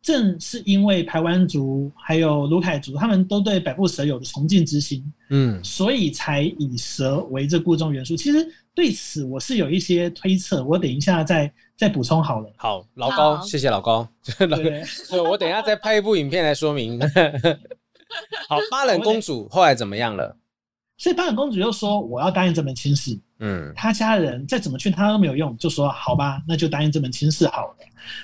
正是因为排湾族还有卢凯族，他们都对百步蛇有着崇敬之心，
嗯
所以才以蛇为这故中元素。其实对此我是有一些推测，我等一下再再补充好了。
好，老高，
好
谢谢老高。
对
老
不对，
对我等一下再拍一部影片来说 <laughs> 明。好，巴冷公主后来怎么样了？
所以巴冷公主又说我要答应这门亲事，
嗯
她家人再怎么劝她都没有用，就说好吧，那就答应这门亲事好了。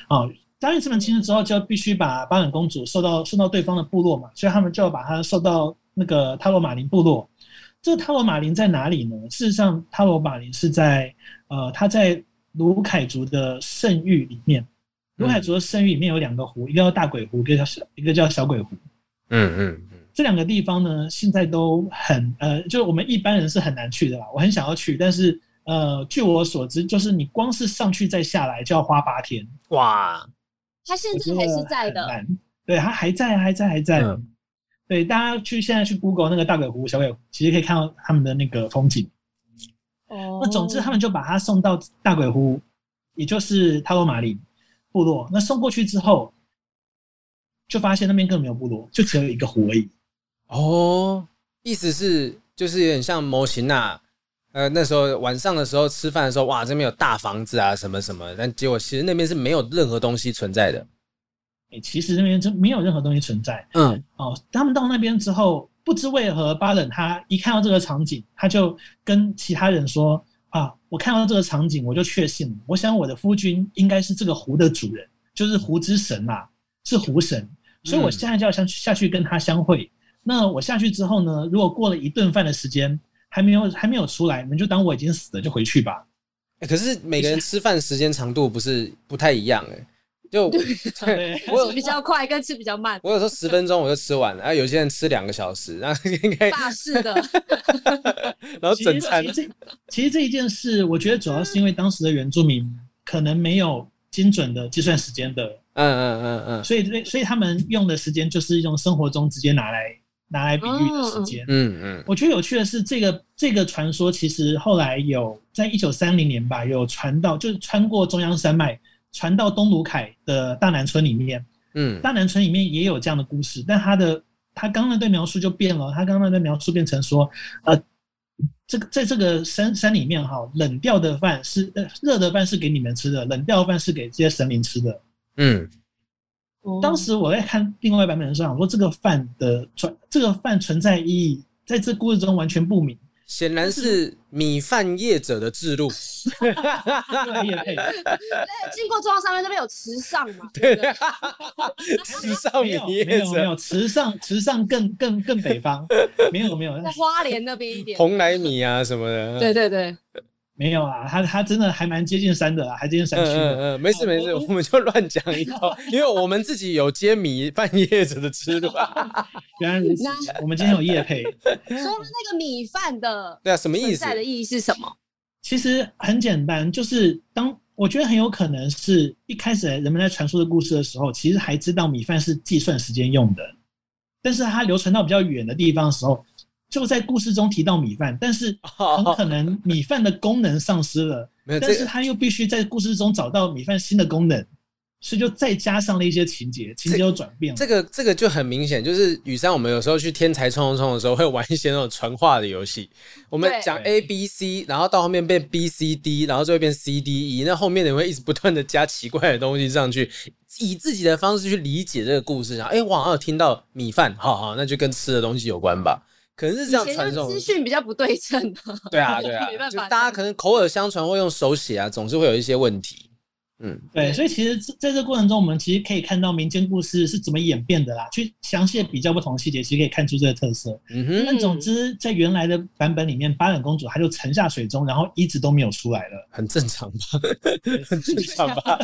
哦，答应这门亲事之后，就必须把巴冷公主送到送到对方的部落嘛，所以他们就要把她送到那个塔罗马林部落。这塔罗马林在哪里呢？事实上，塔罗马林是在呃，他在卢凯族的圣域里面。卢凯族的圣域里面有两个湖，一个叫大鬼湖，一个叫小一个叫小鬼湖。
嗯嗯嗯，
这两个地方呢，现在都很呃，就是我们一般人是很难去的啦。我很想要去，但是呃，据我所知，就是你光是上去再下来就要花八天。
哇，
他现
我觉
在
得
还是在的
很。难。对，他还在，还在，还在。
嗯
对，大家去现在去 Google 那个大鬼湖、小鬼湖，其实可以看到他们的那个风景。
那哦
那总之，他们就把他送到大鬼湖，也就是塔罗马林部落。那送过去之后，就发现那边根本没有部落，就只有一个湖而已。
哦，意思是就是有点像模型呐。呃，那时候晚上的时候吃饭的时候，哇，这边有大房子啊，什么什么，但结果其实那边是没有任何东西存在的。
诶其实那边真没有任何东西存在
嗯，
哦。他们到那边之后，不知为何，巴冷他一看到这个场景，他就跟其他人说：“啊，我看到这个场景，我就确信了，我想我的夫君应该是这个湖的主人，就是湖之神啦、是湖神。所以
嗯
我现在就要下去下去跟他相会。那我下去之后呢，如果过了一顿饭的时间还没有还没有出来，你们就当我已经死了，就回去吧。
欸可是每个人吃饭时间长度不是不太一样哎、就 <laughs>
对
我有
吃比较快跟吃比较慢，
我有时候十分钟我就吃完了，啊，有些人吃两个小时，然后应该
法式的
然后
其实
整餐
其实这其实这一件事，我觉得主要是因为当时的原住民可能没有精准的计算时间的，
嗯嗯嗯嗯
所以这所以他们用的时间就是用生活中直接拿来拿来比喻的时间。
嗯嗯，
我觉得有趣的是，这个这个传说其实后来有在一九三零年吧，有传到就是穿过中央山脉，传到东鲁凯的大南村里面。
嗯
大南村里面也有这样的故事，但他的他刚刚那段描述就变了，他刚刚那段描述变成说，呃，这个在这个山山里面哈，冷掉的饭是呃热的饭是给你们吃的，冷掉的饭是给这些神灵吃的。
嗯
<laughs> 当时我在看另外版本的时候，想说这个饭的存这个饭存在意义，在这故事中完全不
<laughs>
明。
显然是米饭业者的制度。 <laughs>
对叶佩
对经过中央山脉那边有池上嘛，
对
对不对，
时尚
没
米
有没
业
有没
者，
有，池上池上更更更北方，没有没有
在花莲那边一点，
蓬莱米啊什么的。
对对对，
没有啊，他他真的还蛮接近山的啦，还接近山
嗯
区的
嗯。嗯，没事没事，
我
我们就乱讲一套，因为我们自己有接米饭业者的制度。
原来如此，我们今天有叶配。
所以它那个米饭的
对啊，什么意
存
思？
在的意义是什么？
其实很简单，就是当我觉得很有可能是一开始人们在传说的故事的时候，其实还知道米饭是计算时间用的，但是它流传到比较远的地方的时候，就在故事中提到米饭，但是很可
哦，
能米饭的功能丧失了，
没有
但
哦这
是
个
他又必须在故事中找到米饭新的功能，所以就再加上了一些情节，情节又转变了。
这个这个就很明显，就是雨山，我们有时候去天才冲冲冲的时候会玩一些那种传话的游戏，我们
对
讲
对
A B C，然后到后面变 B C D，然后就会变 C D E，那后面你会一直不断的加奇怪的东西上去，以自己的方式去理解这个故事，然后哎，我好像有听到米饭，好好，那就跟吃的东西有关吧。可能是
以
这样
前
传
就
送
资，讯比较不对称
<laughs>
啊，
对啊对啊
<laughs> 没，办
就
法
大家可能口耳相传或用手写啊，总是会有一些问题。嗯，
对，所以其实这在这过程中，我们其实可以看到民间故事是怎么演变的啦，去详细的比较不同细节，其实可以看出这个特色。
嗯哼，
但总之，在原来的版本里面，巴冷公主她就沉下水中，然后一直都没有出来了。
很正
<laughs>
常吧，很正常吧。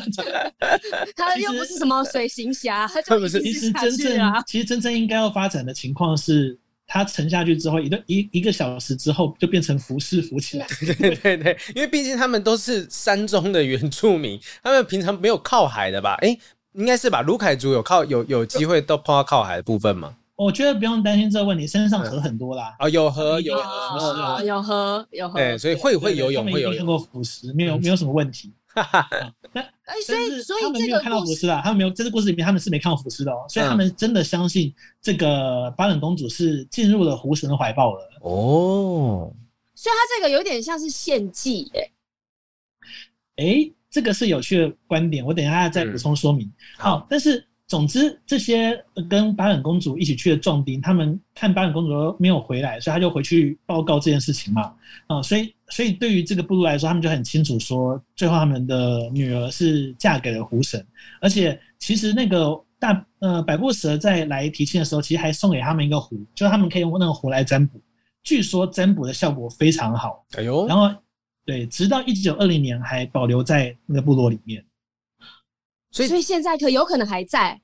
它
其实
又不是什么水行侠，它
它
就
不
一
是
其
直
实
下
真
去
正、 <laughs>
啊。
其实真正应该要发展的情况是，她沉下去之后，一个一一个小时之后就变成浮尸浮起来。
对对对，因为毕竟他们都是山中的原住民，他们平常没有靠海的吧？诶，应该是吧？卢凯族有靠有有机会都碰到靠海的部分吗？
我觉得不用担心这个问题，身上河很多啦。
啊、有河有
有
河，
是啊
哦有喝有喝，
对，所以会会游泳
对对
会
对他
游
们一定看
泳，嗯
过浮尸，没有没有什么问题。
哎，所
但
以
是
所
他
以
们没
这
有
个
看到
故
浮
事
尸啊，他们没有在这故事里面他们是没看到浮尸的哦，
嗯
所以他们真的相信这个巴冷公主是进入了狐神的怀抱了。
哦，
所以它这个有点像是献祭耶、
诶，这个是有趣的观点，我等一下
嗯
再补充说明。好，，但是总之这些跟巴冷公主一起去的壮丁，他们看巴冷公主没有回来，所以他就回去报告这件事情嘛。啊、所以所以对于这个部落来说，他们就很清楚说，最后他们的女儿是嫁给了狐神，而且其实那个。大呃，百步蛇在来提亲的时候，其实还送给他们一个壶，就是他们可以用那个壶来占卜。据说占卜的效果非常好，
哎呦
然，后对，直到一九二零年还保留在那个部落里面。
所
所
以
以现在可有可能还在。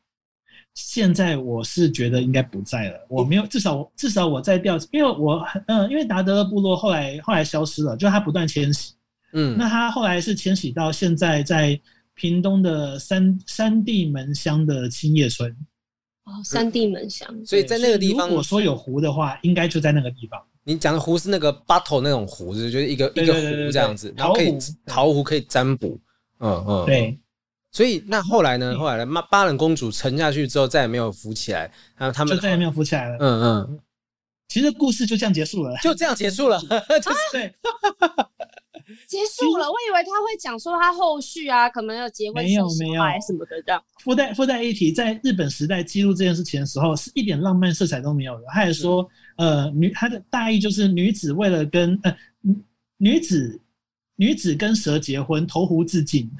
现在我是觉得应该不在了，我没有，至少我至少我在调，因为我嗯、因为达德勒部落后来后来消失了，就他不断迁徙，
嗯
那他后来是迁徙到现在在屏东的三三地门乡的青叶村。
哦，三地门乡，
所以在那个地方嗯
如，果说有湖的话，应该就在那个地方。
你讲的湖是那个 bottle 那种湖，就是就是一个
对
一个
对对
湖
对
这样子，
对
然后可以
桃湖
桃湖可以占卜，嗯嗯，嗯。
对，
所以那后来呢？后来呢？巴巴冷公主沉下去之后，再也没有浮起来，然后他们
就再也没有浮起来了。
嗯啊嗯，
其实故事就这样结束
<laughs>
了。 <laughs>
就这样结束了。 <laughs>
对，
结束了。我以为他会讲说他后续啊，可能有结婚、
没有
生小
没有
孩什么的这样。
附带附带一提，在日本时代记录这件事情的时候，是一点浪漫色彩都没有的。他还说，呃，女他的大意就是女子为了跟呃女女子女子跟蛇结婚，投湖自尽。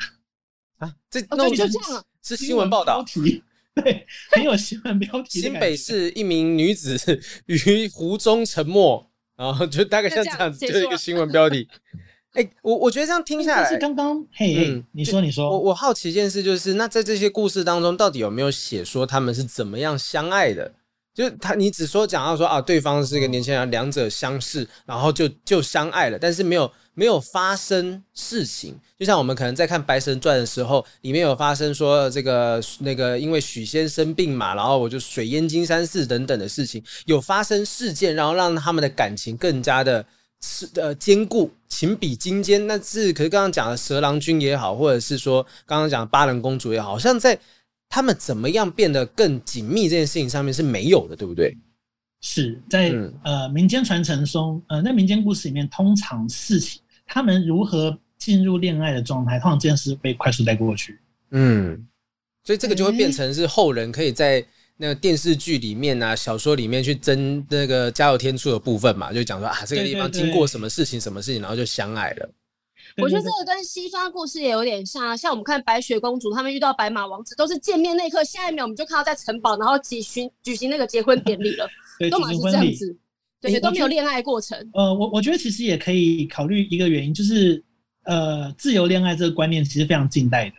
啊，这
哦，
那
就
我
就这样了。
是 <laughs> 新闻报道
标，题，对，很有新闻标题的
新
感觉。
北市一名女子 <laughs> 于湖中沉没， <laughs> 然后就大概像这样子，
就这
就是
样结束
一个
了
新闻标
<laughs>
题。哎、我我觉得这样听
哎
下
但是
来，
刚刚嘿，嘿
嗯
你说你
我
说，
我好奇一件事，就是那在这些故事当中，到底有没有写说他们是怎么样相爱的？就是他，你只说讲到说啊，对方是一个年轻人，两者相识，然后就就相爱了，但是没有没有发生事情。就像我们可能在看《白蛇传》的时候，里面有发生说呃这个那个，因为许仙生病嘛，然后我就水淹金山寺等等的事情，有发生事件，然后让他们的感情更加的是呃坚固，情比金坚。那是可是刚刚讲的蛇郎君也好，或者是说刚刚讲的巴人公主也好，好像在他们怎么样变得更紧密这件事情上面是没有的，对不对？
是在、
嗯
呃民间传承中，呃，在民间故事里面，通常事情他们如何进入恋爱的状态，通常这件事被快速带过去。
嗯，所以这个就会
哎
变成是后人可以在那个电视剧里面啊、小说里面去争那个加油添醋的部分嘛，就讲说啊，这个
对
地方
对
经过
对
什么事情、什么事情，然后就相爱了。
我觉得
对
这个跟西方故事也有点像啊，像我们看白雪公主，他们遇到白马王子，都是见面那一刻，下一秒我们就看到在城堡，然后举行举行那个结婚典礼了，
对
<laughs> 都
对
马
举
是
行
这
婚
样
礼。
子，
哎
对，
我
都没有
觉得
恋爱过程。
呃，我我觉得其实也可以考虑一个原因，就是呃，自由恋爱这个观念其实非常近代的。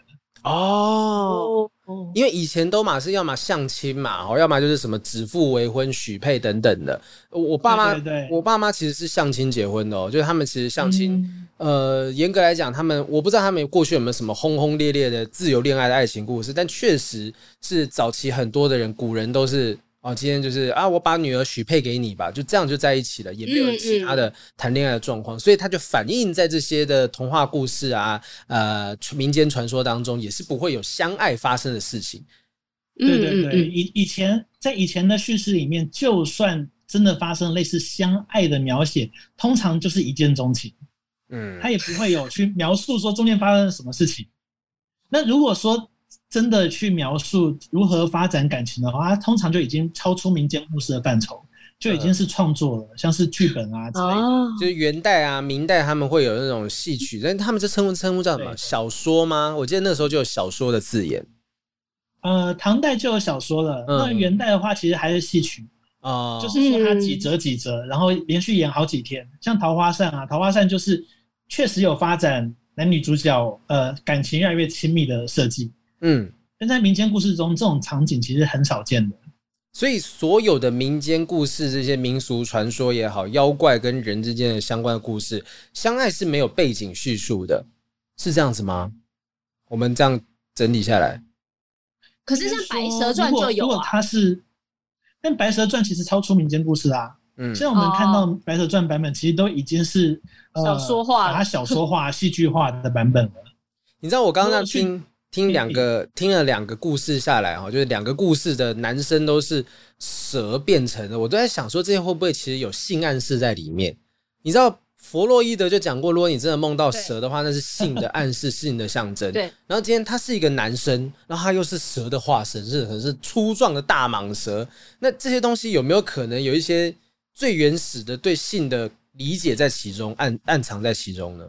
哦
哦哦，
因为以前都嘛是要么相亲嘛，哦，要么就是什么指腹为婚、许配等等的。我我爸妈，
对对对
我爸妈其实是相亲结婚的哦，就是他们其实相亲，
嗯
呃，严格来讲，他们我不知道他们过去有没有什么轰轰烈烈的自由恋爱的爱情故事，但确实是早期很多的人，古人都是。哦，今天就是啊，我把女儿许配给你吧，就这样就在一起了，也没有
嗯
其他的谈恋爱的状况，所以它就反映在这些的童话故事啊、呃民间传说当中，也是不会有相爱发生的事情。
对对
嗯嗯
对，
嗯，
以以前在以前的叙事里面，就算真的发生类似相爱的描写，通常就是一见钟情，
嗯
他也不会有去描述说中间发生了什么事情。那如果说真的去描述如何发展感情的话，它通常就已经超出民间故事的范畴，就已经是创作了，像是剧本啊之类的。
哦，
就是元代啊、明代他们会有那种戏曲，但他们这称呼称呼叫什么
对
小说吗？我记得那时候就有小说的字眼
呃，唐代就有小说了，
嗯
那元代的话其实还是戏曲，
哦，
就是说它几
嗯
折几折，然后连续演好几天。像《桃花扇》啊，《桃花扇》就是确实有发展男女主角呃感情越来越亲密的设计，
嗯，
但在民间故事中，这种场景其实很少见的。
所以所有的民间故事、这些民俗传说也好，妖怪跟人之间的相关的故事，相爱是没有背景叙述的，是这样子吗？我们这样整理下来，
可是像《白蛇传》
如果
就有
如果
啊，
它是，但《白蛇传》其实超出民间故事啊。
嗯
现在我们看到
哦
《白蛇传》版本，其实都已经是、呃、
小说化了
把它小说化、 <laughs> 戏剧化的版本了。
你知道我刚刚这样
如果去嗯
听听两个听了两个故事下来哈，就是两个故事的男生都是蛇变成的，我都在想说这些会不会其实有性暗示在里面？你知道弗洛伊德就讲过，如果你真的梦到蛇的话，那是性的暗示， <laughs> 性的象征。
对。
然后今天他是一个男生，然后他又是蛇的化身，是很是粗壮的大蟒蛇。那这些东西有没有可能有一些最原始的对性的理解在其中，暗暗藏在其中呢？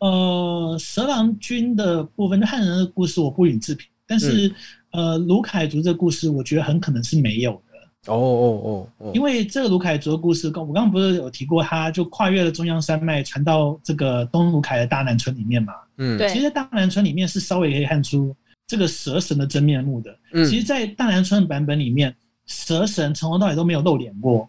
呃，蛇郎君的部分，就汉人的故事我不予置评，但是、呃，卢凯族这故事，我觉得很可能是没有的，
哦哦哦哦，
因为这个卢凯族的故事，跟我刚刚不是有提过，它就跨越了中央山脉，传到这个东卢凯的大南村里面嘛。
嗯
对
其实，在大南村里面是稍微可以看出这个蛇神的真面目的。
嗯
其实，在大南村版本里面，蛇神从头到尾都没有露脸过，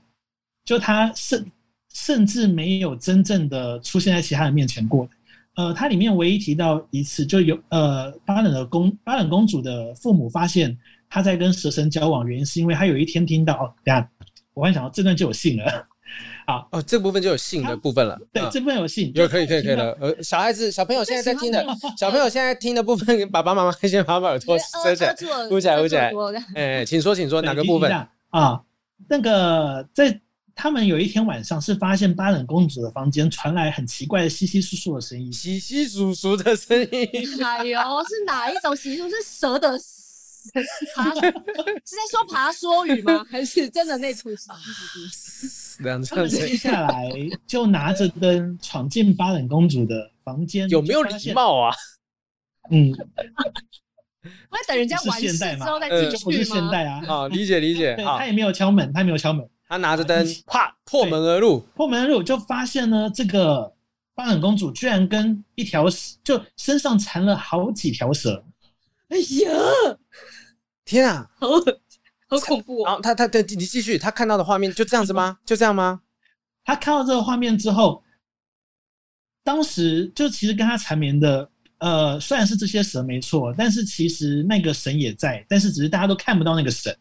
就他甚甚至没有真正的出现在其他人面前过。呃，它里面唯一提到一次，就有呃巴冷的公巴冷公主的父母发现她在跟蛇神交往，原因是因为她有一天听到，哦，等一下我幻想到这段就有信了，好，
哦，这部分就有性的部分了。
对，
嗯
这部分有信，
有可以可以可以
听到
了，呃，小孩子小朋友现在在听的，小朋友现在听的部分，爸爸妈妈先把耳朵遮起来。捂
捂
起来捂起来
我的
哎，请说，请说，
对
哪个部分
听一？下啊？那个在他们有一天晚上是发现巴冷公主的房间传来很奇怪的稀稀疏疏的声音，
稀稀疏疏的声音，
哎呦，是哪一种习俗？是蛇的 <laughs> 爬？
<laughs>
是在说爬梭语吗？还是真的那种
啊
习俗？
<laughs>
这 <laughs> 样这
他们
样子
接下来就拿着灯闯进巴冷公主的房间，
有没有
就发
礼
现？
貌啊？
嗯，
我在等人家完
是
事
现代
之
吗
后再
就
进
不是
去
现
吗？
代啊，
啊，理解理解
对
啊
他。也没有敲门，他没有敲门，
他拿着灯，啪，破门而入。
破门而入就发现呢，这个巴冷公主居然跟一条蛇就身上缠了好几条蛇，
哎呀，
天啊！
好好恐怖
然
哦！
后他他他，你继续，他看到的画面就这样子吗？就这样吗？
他看到这个画面之后，当时就其实跟他缠绵的，呃，虽然是这些神没错，但是其实那个神也在，但是只是大家都看不到那个神。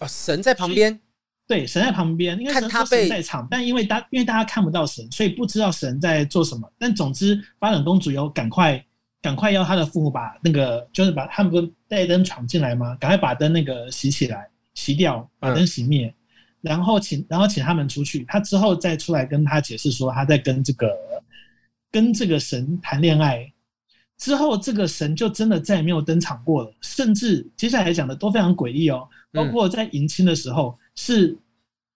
哦，神在旁边，
对，神在旁边，应该
看
神
他
说神
被
在场，但因为大因为大家看不到神，所以不知道神在做什么。但总之，巴冷公主有赶快赶快要她的父母把那个就是把他们不是带灯闯进来吗？赶快把灯那个熄起来，熄掉，把灯熄灭，然后请然后请他们出去。她之后再出来跟她解释说，她在跟这个跟这个神谈恋爱。之后，这个神就真的再也没有登场过了，甚至接下来讲的都非常诡异哦。包
嗯
括在迎亲的时候，是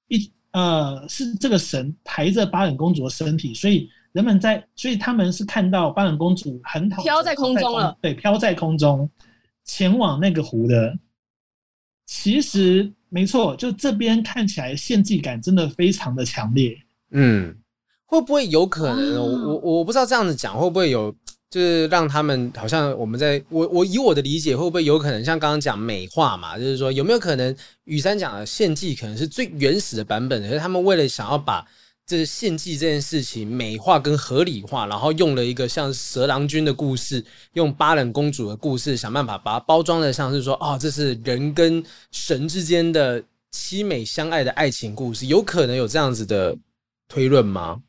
一呃是这个神抬着巴冷公主的身体，所以人们在，所以他们是看到巴冷公主很躺着
飘在空中了，
对，飘在空中前往那个湖的。其实没错，就这边看起来献祭感真的非常的强烈。
嗯，会不会有可能？
啊
哦
我我我不知道这样子讲会不会有，就是让他们好像我们在我我以我的理解，会不会有可能像刚刚讲美化嘛？就是说有没有可能雨山讲的献祭可能是最原始的版本，可是他们为了想要把这献祭这件事情美化跟合理化，然后用了一个像蛇郎君的故事，用巴冷公主的故事，想办法把它包装的像是说，哦，这是人跟神之间的凄美相爱的爱情故事，有可能有这样子的推论吗？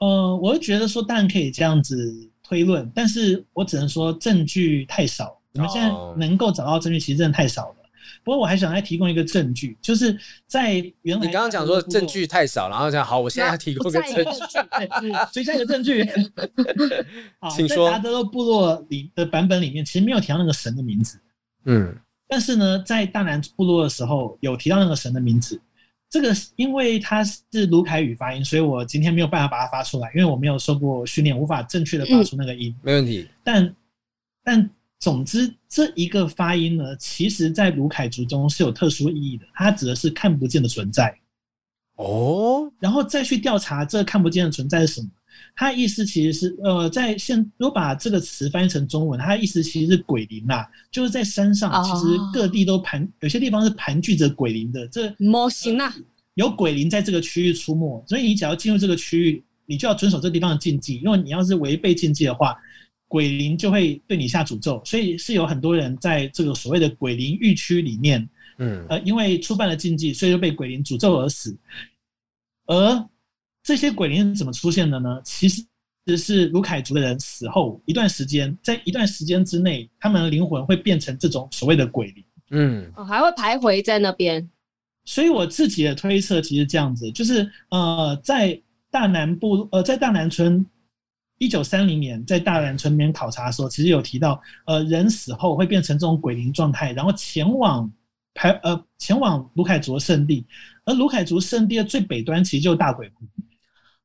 呃，我会觉得说，当然可以这样子推论，但是我只能说证据太少，我们现在
哦
能够找到证据其实真的太少了。不过我还想再提供一个证据，就是在原来
你刚刚讲说证据太少，然后讲好，我现在要提供个
那
证
不在
据。
对，所以下一个证
<laughs>
据，啊，
请说
在达德勒部落里的版本里面，其实没有提到那个神的名字，
嗯，
但是呢，在大南部落的时候有提到那个神的名字。这个是因为它是卢凯语发音，所以我今天没有办法把它发出来，因为我没有受过训练，无法正确的发出那个音。
没问题。
但但总之，这一个发音呢，其实在卢凯族中是有特殊意义的，它指的是看不见的存在。
哦，
然后再去调查这看不见的存在是什么，它的意思其实是呃，在现如果把这个词翻译成中文，它的意思其实是鬼灵啦，就是在山上，
哦
其实各地都盘有些地方是盘踞着鬼灵的，这
模型啊，
有鬼灵在这个区域出没，所以你只要进入这个区域，你就要遵守这地方的禁忌，因为你要是违背禁忌的话，鬼灵就会对你下诅咒。所以是有很多人在这个所谓的鬼灵域区里面，
嗯，
呃，因为触犯了禁忌，所以就被鬼灵诅咒而死。而这些鬼灵是怎么出现的呢？其实是卢凯族的人死后一段时间，在一段时间之内，他们的灵魂会变成这种所谓的鬼灵。
嗯，
哦，还会徘徊在那边。
所以我自己的推测其实这样子，就是呃，在大南部呃，在大南村，一九三零年在大南村那边考察的时候，其实有提到，呃，人死后会变成这种鬼灵状态，然后前往排呃前往卢凯族的圣地，而卢凯族圣地的最北端其实就是大鬼湖。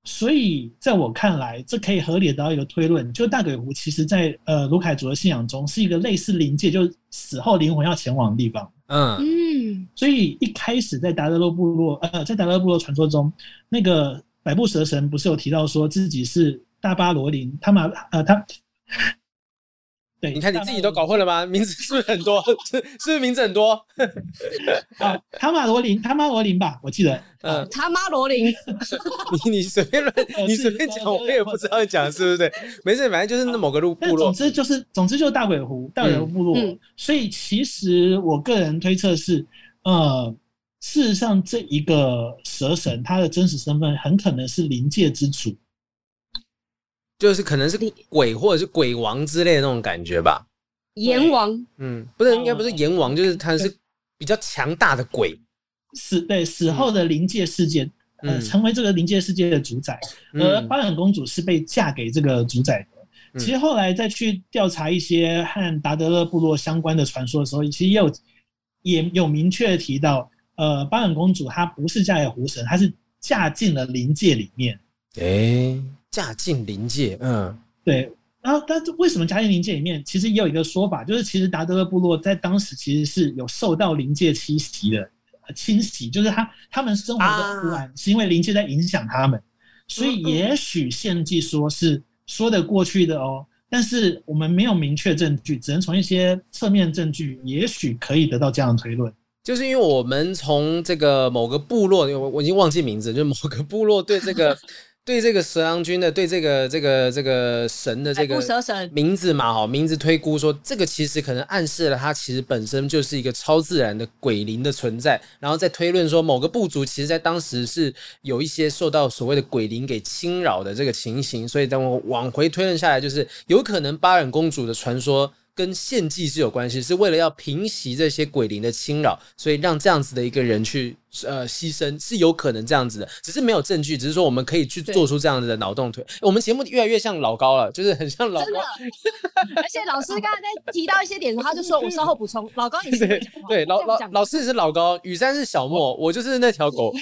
所以，在我看来，这可以合理的到一个推论，就大鬼湖其实在呃卢凯族的信仰中是一个类似灵界，就是死后灵魂要前往的地方。
嗯，
嗯，
所以一开始在达德洛部落，呃，在达德洛部落传说中，那个百步蛇神
<laughs>
不是有提到说自己是大巴罗林，他马呃他，对，
你看你自己都搞混了吗？名字是不是很多？是是不是名字很多？
啊，汤马罗林，汤马罗林吧，我记得。
嗯，
他妈罗琳，
你你随便乱，
呃
<laughs> 你
是
随便讲，我也不知道你讲的是不是？没事，反正就是那某个路
呃但
部
总
落。
之就是，总之就是大尾湖，大尾湖部落。
嗯嗯
所以其实我个人推测是，呃，事实上这一个蛇神他的真实身份很可能是灵界之主。
就是可能是鬼或者是鬼王之类的那种感觉吧。
阎王
嗯，不是，应该不是阎王，就是他是比较强大的鬼。
死对死后的灵界世界，呃，
嗯
成为这个灵界世界的主宰。而
嗯
巴冷公主是被嫁给这个主宰的。
嗯
其实后来再去调查一些和达德勒部落相关的传说的时候，其实也有也有明确提到，呃，巴冷公主她不是嫁给湖神，她是嫁进了灵界里面。
哎，嫁进灵界，嗯
对，然后但是为什么加进灵界里面？其实也有一个说法，就是其实达德勒部落在当时其实是有受到灵界侵袭的呃侵袭，就是他他们生活的不安、是因为灵界在影响他们，所以
啊嗯嗯
也许献祭说是说得过去的哦。但是我们没有明确证据，只能从一些侧面证据，也许可以得到这样的推论。
就是因为我们从这个某个部落，我我已经忘记名字，就是某个部落对这个对这个蛇郎君的对这个这个这个神的这
百
个
步蛇神，
嗯
名字嘛，哈，名字推估说这个其实可能暗示了它其实本身就是一个超自然的鬼灵的存在，然后再推论说某个部族其实在当时是有一些受到所谓的鬼灵给侵扰的这个情形，所以等我往回推论下来，就是有可能巴忍公主的传说。跟献祭是有关系，是为了要平息这些鬼灵的侵扰，所以让这样子的一个人去呃牺牲是有可能这样子的，只是没有证据，只是说我们可以去
对
做出这样子的脑洞推。我们节目越来越像老高了，就是很像老
真的
高，。
而且老师刚才在提到一些点，他
<laughs>
就说我稍后补充。老高，你是不
<laughs>
是
对
讲话
对，老
这样
老
讲
老四是老高，雨山是小莫，我就是那
<laughs>
条狗。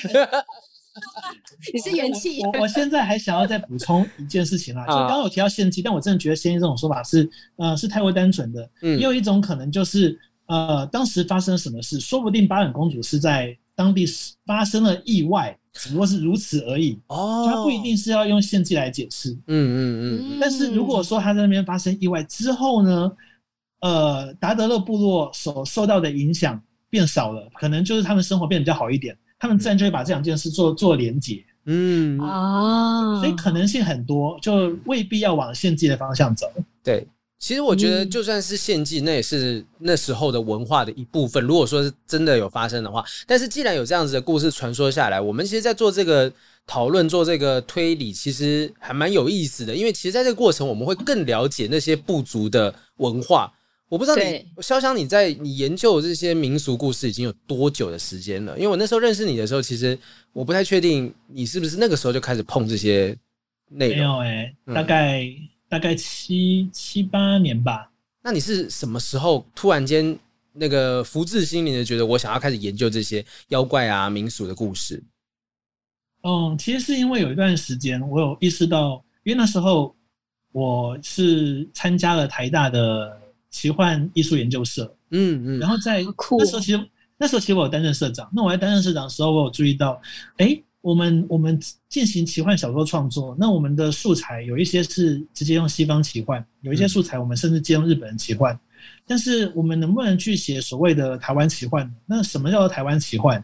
你是元气
我，我我现在还想要再补充一件事
<laughs>
情啦，就
啊
刚刚有提到献祭，但我真的觉得献祭这种说法是，呃，是太过单纯的。
嗯
也有一种可能就是，呃，当时发生什么事，说不定巴冷公主是在当地发生了意外，只不过是如此而已，
哦
她不一定是要用献祭来解释。
嗯，嗯嗯
嗯
但是如果说她在那边发生意外之后呢，呃，达德勒部落所受到的影响变少了，可能就是他们生活变得比较好一点，他们自然就会把这两件事做做连结。
嗯嗯，
啊，
所以可能性很多，就未必要往献祭的方向走。
对。其实我觉得，
嗯
就算是献祭，那也是那时候的文化的一部分。如果说是真的有发生的话，但是既然有这样子的故事传说下来，我们其实，在做这个讨论、做这个推理，其实还蛮有意思的。因为其实，在这个过程，我们会更了解那些部族的文化。我不知道你
对
潇湘，你在你研究这些民俗故事已经有多久的时间了？因为我那时候认识你的时候，其实我不太确定你是不是那个时候就开始碰这些内
没
容。
有哎、
嗯
大概、大概七七八年吧。
那你是什么时候突然间那个福至心灵的觉得我想要开始研究这些妖怪啊、民俗的故事？
嗯，其实是因为有一段时间，我有意识到，因为那时候我是参加了台大的奇幻艺术研究社，
嗯
然
嗯
后在
好酷哦
那时候其实那时候其实我有担任社长。那我在担任社长的时候，我有注意到，哎、我们我们进行奇幻小说创作，那我们的素材有一些是直接用西方奇幻，有一些
嗯
素材我们甚至借用日本人奇幻。但是我们能不能去写所谓的台湾奇幻呢？那什么叫做台湾奇幻？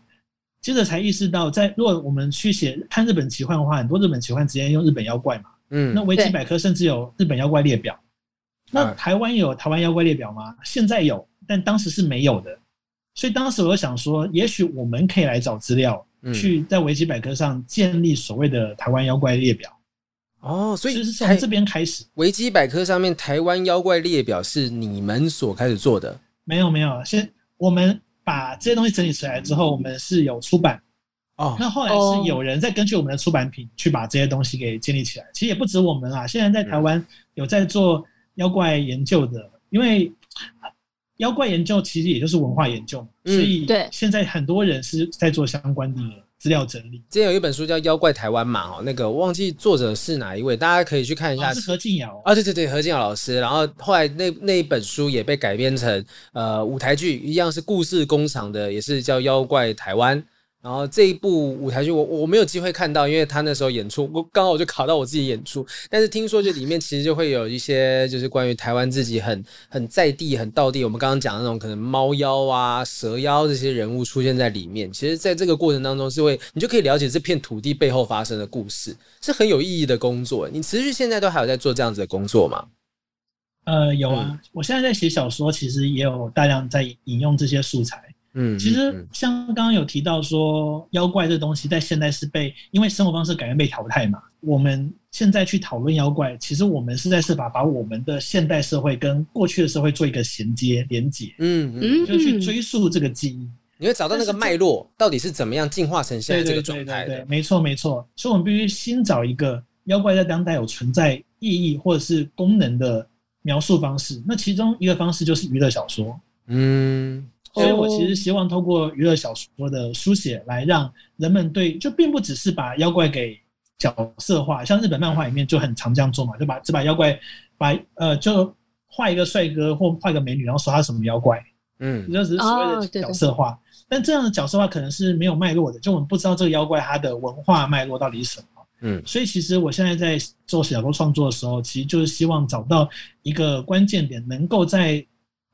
接着才意识到在，如果我们去写看日本奇幻的话，很多日本奇幻直接用日本妖怪嘛。那
嗯，
维基
对
百科甚至有日本妖怪列表。那
哎
台湾有台湾妖怪列表吗？现在有，但当时是没有的。所以当时我就想说，也许我们可以来找资料，
嗯
去在维基百科上建立所谓的台湾妖怪列表，
哦，所
就
以
是
台
从这边开始。
维基百科上面台湾妖怪列表是你们所开始做的
没有没有，先我们把这些东西整理出来之后，我们是有出版。
哦。
那后来
哦
是有人在根据我们的出版品去把这些东西给建立起来。其实也不止我们啦，现在在台湾有在做妖怪研究的，因为妖怪研究其实也就是文化研究嘛，
嗯
所以
对
现在很多人是在做相关的资料整理。
之前有一本书叫《妖怪台湾》嘛，哦，那个我忘记作者是哪一位，大家可以去看一
啊
下。
是何静瑶，
啊，对对对，何静瑶老师，然后后来那那一本书也被改编成呃舞台剧，一样是故事工厂的，也是叫《妖怪台湾》。然后这一部舞台剧我我没有机会看到，因为他那时候演出，我刚好我就卡到我自己演出。但是听说就里面其实就会有一些就是关于台湾自己很很在地、很道地，我们刚刚讲的那种可能猫妖啊、蛇妖这些人物出现在里面。其实，在这个过程当中是会你就可以了解这片土地背后发生的故事，是很有意义的工作。你持续现在都还有在做这样子的工作吗？
呃，有啊，我现在在写小说，其实也有大量在引用这些素材。
嗯，
其
嗯
实
嗯
像刚刚有提到说，妖怪这东西在现代是被因为生活方式改变被淘汰嘛。我们现在去讨论妖怪，其实我们是在设法把我们的现代社会跟过去的社会做一个衔接连接，
嗯嗯
嗯，
就去追溯这个记忆。
你会找到那个脉络，到底是怎么样进化成现
对
在这
对
个
对
状
对
态
对
的，？
没错没错。所以我们必须新找一个妖怪在当代有存在意义或者是功能的描述方式。那其中一个方式就是娱乐小说。
嗯
所以我
哦
其实希望透过娱乐小说的书写，来让人们对就并不只是把妖怪给角色化，像日本漫画里面就很常这样做嘛，就把只把妖怪把呃就画一个帅哥或画一个美女，然后说他什么妖怪，
嗯
就只是所
哦
谓
对对
的角色化。但这样的角色化可能是没有脉络的，就我们不知道这个妖怪它的文化脉络到底是什么。
嗯
所以其实我现在在做小说创作的时候，其实就是希望找到一个关键点，能够在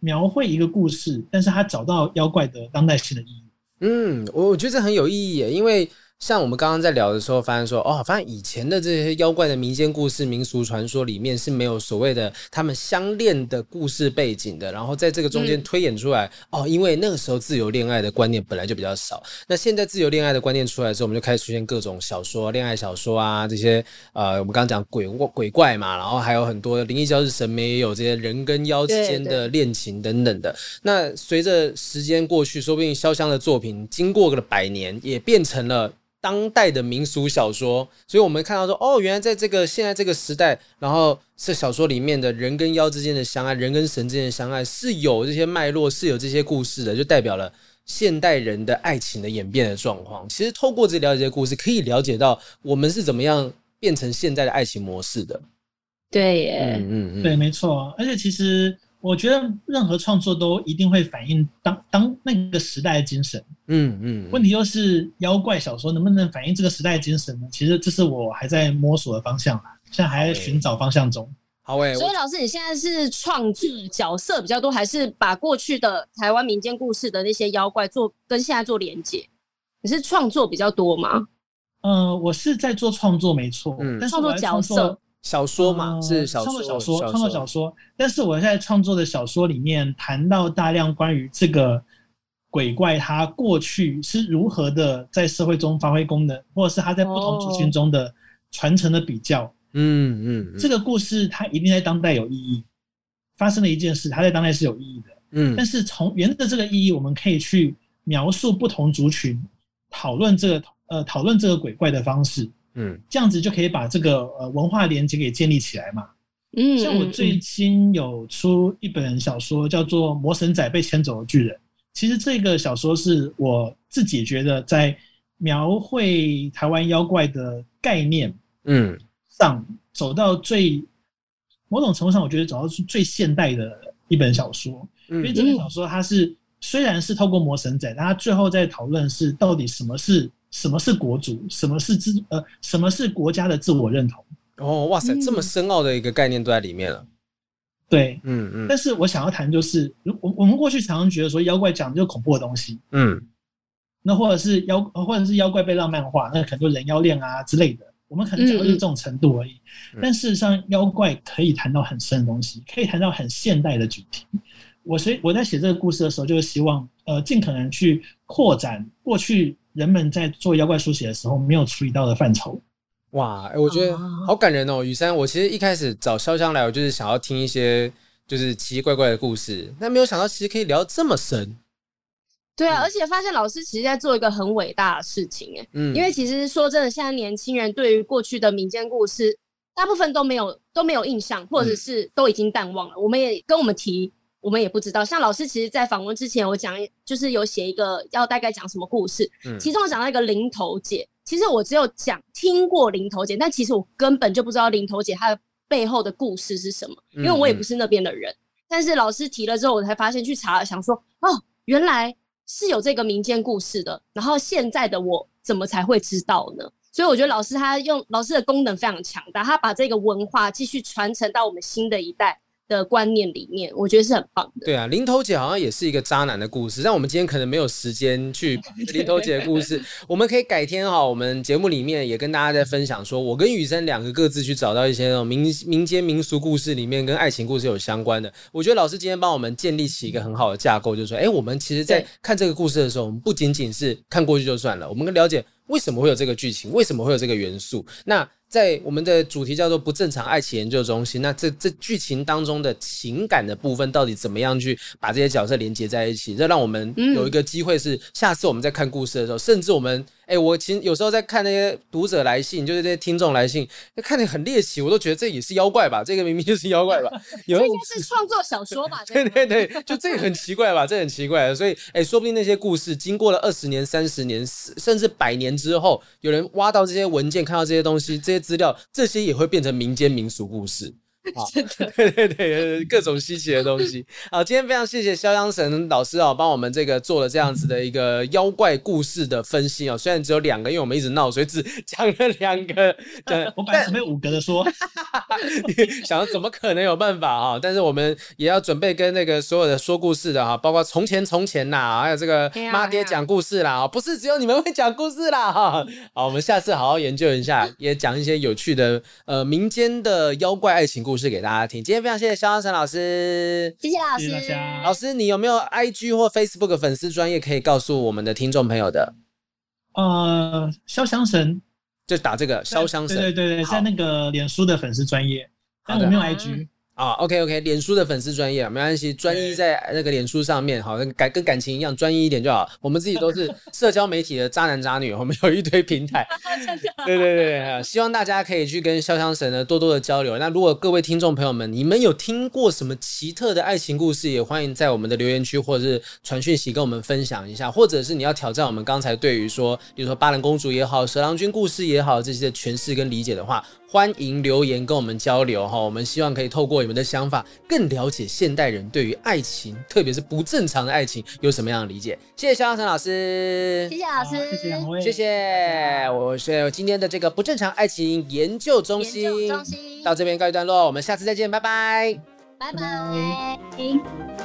描绘一个故事，但是他找到妖怪的当代性的意义。
嗯，我我觉得这很有意义耶，因为像我们刚刚在聊的时候，发现说，哦，发现以前的这些妖怪的民间故事、民俗传说里面是没有所谓的他们相恋的故事背景的，然后在这个中间
嗯
推演出来，哦，因为那个时候自由恋爱的观念本来就比较少，那现在自由恋爱的观念出来之后，我们就开始出现各种小说、恋爱小说啊，这些呃，我们刚刚讲鬼鬼怪嘛，然后还有很多灵异教室、神媒也有这些人跟妖之
对
间
对
的恋情等等的。那随着时间过去，说不定潇湘的作品经过了百年，也变成了。当代的民俗小说，所以我们看到说，哦，原来在这个现在这个时代，然后这小说里面的人跟妖之间的相爱，人跟神之间的相爱是有这些脉络，是有这些故事的，就代表了现代人的爱情的演变的状况。其实透过这了解这些故事，可以了解到我们是怎么样变成现在的爱情模式的。
对耶，
嗯
对，没错。啊而且其实我觉得任何创作都一定会反映当当那个时代的精神。
嗯嗯
问题就是妖怪小说能不能反映这个时代的精神呢？其实这是我还在摸索的方向啦，现在还在寻找方向中。
好诶、
所以老师，你现在是创作角色比较多，还是把过去的台湾民间故事的那些妖怪做跟现在做连接？你是创作比较多吗？
呃，我是在做创作，没错，
嗯
但是
创作
我在
角
创作
色
小说嘛、
呃
是小
创
说，
作小说，创作小说。但是我在创作的小说里面谈到大量关于这个鬼怪它过去是如何的在社会中发挥功能，或者是它在不同
哦
族群中的传承的比较。
嗯嗯，
这个故事它一定在当代有意义，发生了一件事，它在当代是有意义的。
嗯
但是从沿着这个意义，我们可以去描述不同族群讨论这个呃讨论这个鬼怪的方式。
嗯
这样子就可以把这个呃文化连接给建立起来嘛。
嗯，
像我
嗯
最
嗯
近有出一本小说，叫做《魔神仔被牵走的巨人》。其实这个小说是我自己觉得在描绘台湾妖怪的概念
嗯
上走到最某种程度上，我觉得走到最现代的一本小说。因为
嗯
这本小说它是虽然是透过魔神仔，但它最后在讨论是到底什么是什么是国族，什么是自呃什么是国家的自我认同。
哦，哇塞，
嗯
这么深奥的一个概念都在里面了。
对，
嗯嗯
但是我想要谈就是，如我我们过去常常觉得说妖怪讲的就是恐怖的东西，
嗯
那或者是妖或者是妖怪被浪漫化，那可能就人妖恋啊之类的。我们可能讲到就是这种程度而已，
嗯
但事实上，妖怪可以谈到很深的东西，可以谈到很现代的主题。我所以我在写这个故事的时候，就是希望呃尽可能去扩展过去人们在做妖怪书写的时候没有处理到的范畴。
哇，哎我觉得
啊
好感人哦，雨珊。我其实一开始找潇湘来，我就是想要听一些就是奇奇怪怪的故事，但没有想到其实可以聊这么深。
对啊，
嗯
而且发现老师其实在做一个很伟大的事情，哎，
嗯，
因为其实说真的，现在年轻人对于过去的民间故事，大部分都没有都没有印象，或
嗯
者是都已经淡忘了。我们也跟我们提，我们也不知道。像老师其实，在访问之前，我讲就是有写一个要大概讲什么故事，
嗯
其中我讲到一个零头姐。其实我只有讲听过零头姐，但其实我根本就不知道零头姐她的背后的故事是什么，
嗯
因为我也不是那边的人。但是老师提了之后，我才发现去查了，想说哦，原来是有这个民间故事的，然后现在的我怎么才会知道呢？所以我觉得老师他用老师的功能非常强大，他把这个文化继续传承到我们新的一代的观念里面，我觉得是很棒的。
对啊，林头姐好像也是一个渣男的故事，但我们今天可能没有时间 <laughs> 去林头姐的故事，我们可以改天哈，我们节目里面也跟大家在分享说，我跟雨生两个各自去找到一些那种民民间民俗故事里面跟爱情故事有相关的。我觉得老师今天帮我们建立起一个很好的架构，就是说，哎，我们其实在
对
看这个故事的时候，我们不仅仅是看过去就算了，我们更了解为什么会有这个剧情，为什么会有这个元素。那在我们的主题叫做“不正常爱情研究中心”，那这这剧情当中的情感的部分到底怎么样去把这些角色连接在一起？这让我们
嗯
有一个机会是，下次我们在看故事的时候，甚至我们，哎、我其实有时候在看那些读者来信，就是这些听众来信，看得很猎奇，我都觉得这也是妖怪吧，这个明明就是妖怪吧，有
这
那
应
种
该是创作小说吧？
对
不
<laughs> 对对，就这个很奇怪吧，这很奇怪。所以，哎、说不定那些故事经过了二十年、三十年，甚甚至百年之后，有人挖到这些文件，看到这些东西、这些资料，这些也会变成民间民俗故事。好，对对对，各种稀奇的东西。好，今天非常谢谢肖央神老师啊、帮我们这个做了这样子的一个妖怪故事的分析啊、虽然只有两个，因为我们一直闹，所以只讲了两个。呃，
我本来准备五个的说，
<laughs> 想要怎么可能有办法啊？但是我们也要准备跟那个所有的说故事的哈、包括从前从前呐，还有这个
哎呀
妈爹讲故事啦，不是只有你们会讲故事啦 <laughs> 哈、好，我们下次好好研究一下，也讲一些有趣的呃民间的妖怪爱情故事给大家听。今天非常谢谢肖央成老师。
谢谢老
谢
师，
谢大家
老师，你有没有 IG 或 Facebook 粉丝专业可以告诉我们的听众朋友的？
呃，潇湘神，
就打这个潇湘神
对对对对，
好
在那个脸书的粉丝专业，但我没有 IG，
啊，OK OK，脸书的粉丝专业没关系，专一
对
在那个脸书上面，好，那个感跟感情一样，专一一点就好。我们自己都是社交媒体的渣男渣女，我们有一堆平台，对对对，啊希望大家可以去跟潇湘神呢多多的交流。那如果各位听众朋友们，你们有听过什么奇特的爱情故事，也欢迎在我们的留言区或者是传讯息跟我们分享一下，或者是你要挑战我们刚才对于说，比如说巴兰公主也好，蛇郎君故事也好这些的诠释跟理解的话，欢迎留言跟我们交流哈。我们希望可以透过你们的想法，更了解现代人对于爱情，特别是不正常的爱情有什么样的理解。谢谢潇湘神老师，
谢谢老
好
师，
谢谢两位，
谢谢，我是今天的这个不正常爱情研究中心，
研究中心，
到这边告一段落，我们下次再见，拜拜。
拜
拜
拜。